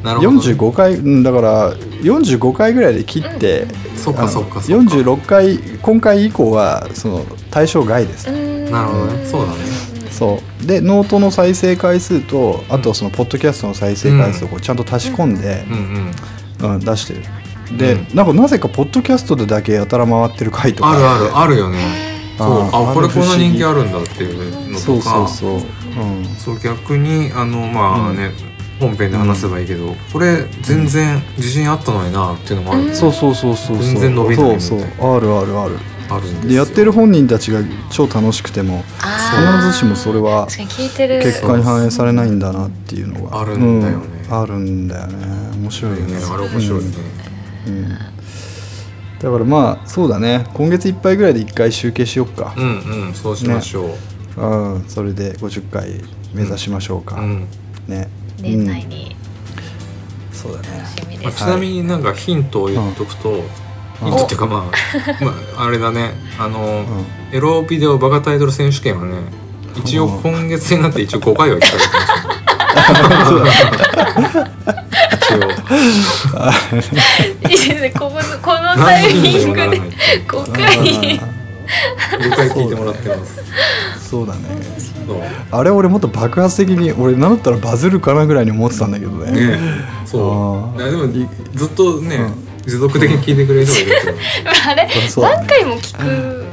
[SPEAKER 3] うんなるほど
[SPEAKER 2] 45回うんだから45回ぐらいで切って、
[SPEAKER 3] そっ
[SPEAKER 2] あ
[SPEAKER 3] か
[SPEAKER 2] の
[SPEAKER 3] そっかそっか
[SPEAKER 2] 46回今回以降はその対象外です、
[SPEAKER 4] うん
[SPEAKER 3] なるほどねそうだね
[SPEAKER 2] そうでノートの再生回数とあとそのポッドキャストの再生回数をこうちゃんと足し込んで
[SPEAKER 3] う、んうん
[SPEAKER 2] うん出してるで、
[SPEAKER 3] う
[SPEAKER 2] なんかなぜかポッドキャストでだけやたら回ってる回とか
[SPEAKER 3] あるある
[SPEAKER 2] る
[SPEAKER 3] あるよねそう
[SPEAKER 2] あー
[SPEAKER 3] あこれこんな人気あ
[SPEAKER 2] る
[SPEAKER 3] るんだっていうの
[SPEAKER 2] そ
[SPEAKER 3] と
[SPEAKER 2] うそう
[SPEAKER 3] か
[SPEAKER 2] そう、うん、
[SPEAKER 3] そう逆にあのまあね、本編で話せばいいけど、これ全然自信あったのになっていうのもある,、
[SPEAKER 4] うん
[SPEAKER 2] そうそうそうそうそう
[SPEAKER 3] 全然伸びないみたいな
[SPEAKER 2] そうそうあるあるある
[SPEAKER 3] あるんですよ
[SPEAKER 2] でやってる本人たちが超楽しくても必
[SPEAKER 4] あー
[SPEAKER 2] ずしもそれは
[SPEAKER 4] 確かに聞いてる
[SPEAKER 2] 結果に反映されないんだなっていうのが
[SPEAKER 3] あるんだよね
[SPEAKER 2] うんあるんだよね面白いよ
[SPEAKER 3] ね
[SPEAKER 2] ね
[SPEAKER 3] あれ面白いね、
[SPEAKER 2] うんうんだからまあそうだね今月いっぱいぐらいで1回集計しよっか
[SPEAKER 3] う、んうんそうしましょう、
[SPEAKER 2] うんそれで50回目指しましょうか、
[SPEAKER 3] うん
[SPEAKER 2] ね
[SPEAKER 4] 年内
[SPEAKER 2] うん
[SPEAKER 4] に
[SPEAKER 2] そうだね
[SPEAKER 4] 楽しみで
[SPEAKER 3] まあ、
[SPEAKER 4] す
[SPEAKER 3] ちなみになんかヒントを言っとくと、ヒントっていうかまあ、まあ、あれだねあの、エロビデオバカタイトル選手権はね一応今月になって一応5回は行 ったり一応
[SPEAKER 4] いいですねこのこのタイミング
[SPEAKER 3] 何
[SPEAKER 4] で
[SPEAKER 3] にもならないっていう
[SPEAKER 4] 5回
[SPEAKER 2] あ
[SPEAKER 3] 5回聞いてもらってます
[SPEAKER 2] ーそうだね
[SPEAKER 3] そう
[SPEAKER 2] あれ俺もっと爆発的に俺なんだったらバズるかなぐらいに思ってたんだけどね
[SPEAKER 3] ね
[SPEAKER 2] あ
[SPEAKER 3] そ
[SPEAKER 2] ー
[SPEAKER 3] ういやでも
[SPEAKER 2] い
[SPEAKER 3] ずっとね、
[SPEAKER 2] うん
[SPEAKER 3] 持続的に聞いてくれる人がいるけど、
[SPEAKER 4] あれ
[SPEAKER 2] そうだね
[SPEAKER 4] 何回も聞く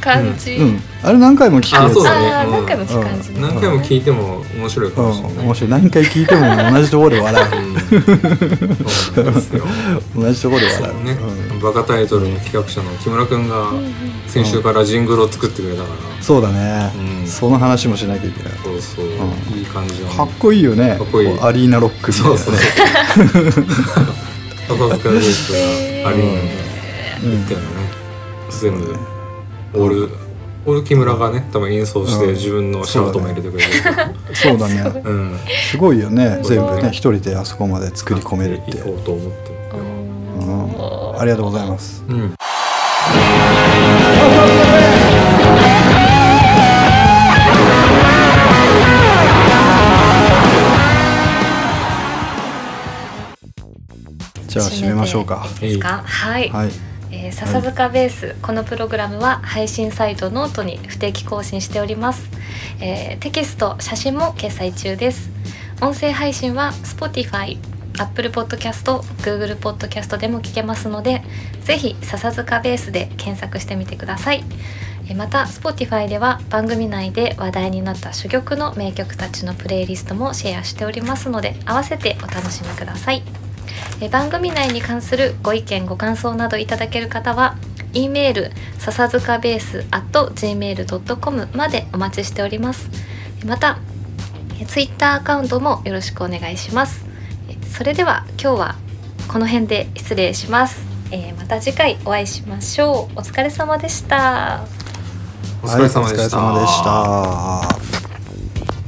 [SPEAKER 4] 感じ、
[SPEAKER 2] うんあれ何回も聞く
[SPEAKER 3] あ
[SPEAKER 2] やつ
[SPEAKER 3] そうだね
[SPEAKER 4] ああ、
[SPEAKER 3] うん
[SPEAKER 4] 何回も聞く感じ、
[SPEAKER 2] うん
[SPEAKER 3] 何回も聞いても面白いか
[SPEAKER 2] うん
[SPEAKER 3] もしれない、
[SPEAKER 2] 面白い何回聞いても同じところで笑
[SPEAKER 3] うんそうなんですよ
[SPEAKER 2] う同じところで
[SPEAKER 3] そ
[SPEAKER 2] 笑
[SPEAKER 3] う
[SPEAKER 2] う
[SPEAKER 3] ね、バカタイトルの企画者の木村君が
[SPEAKER 4] うんうん
[SPEAKER 3] 先週からジングルを作ってくれたから、
[SPEAKER 2] うんそうだね、
[SPEAKER 3] うん
[SPEAKER 2] その話もしなきゃいけない
[SPEAKER 3] そうそう、
[SPEAKER 2] う
[SPEAKER 3] いい感じの
[SPEAKER 2] かっこいいよね
[SPEAKER 3] かっこいい
[SPEAKER 2] こうアリーナロックみたいな
[SPEAKER 3] そうそう そう笹塚ルイスがアリーナに行ったよね、全部オールオール木村がね多分演奏して
[SPEAKER 2] うん
[SPEAKER 3] 自分のシャウトも入れてくれる、
[SPEAKER 2] そうだ ね
[SPEAKER 3] うん
[SPEAKER 2] すごいよね
[SPEAKER 3] そう
[SPEAKER 2] 全
[SPEAKER 3] だね
[SPEAKER 2] 部ね一人であそこまで作り込めるって
[SPEAKER 3] 行こうと思って
[SPEAKER 4] お
[SPEAKER 2] うん
[SPEAKER 4] ー
[SPEAKER 2] ありがとうございます
[SPEAKER 3] うん
[SPEAKER 2] じゃあ締めましょうか
[SPEAKER 4] ですかはい、
[SPEAKER 2] はい
[SPEAKER 4] えー笹塚ベースこのプログラムは配信サイトノートに不定期更新しております、えーテキスト写真も掲載中です音声配信は Spotify Apple Podcast Google Podcast でも聞けますのでぜひ笹塚ベースで検索してみてくださいえーまた Spotify では番組内で話題になった珠玉の名曲たちのプレイリストもシェアしておりますので合わせてお楽しみくださいえー番組内に関するご意見ご感想などいただける方は e メール笹塚ベース gmail.com までお待ちしておりますえーまたえー Twitter アカウントもよろしくお願いしますえーそれでは今日はこの辺で失礼します、えーまた次回お会いしましょうお疲れ様でした
[SPEAKER 3] お疲れ様でした、
[SPEAKER 2] はいお疲れ様でした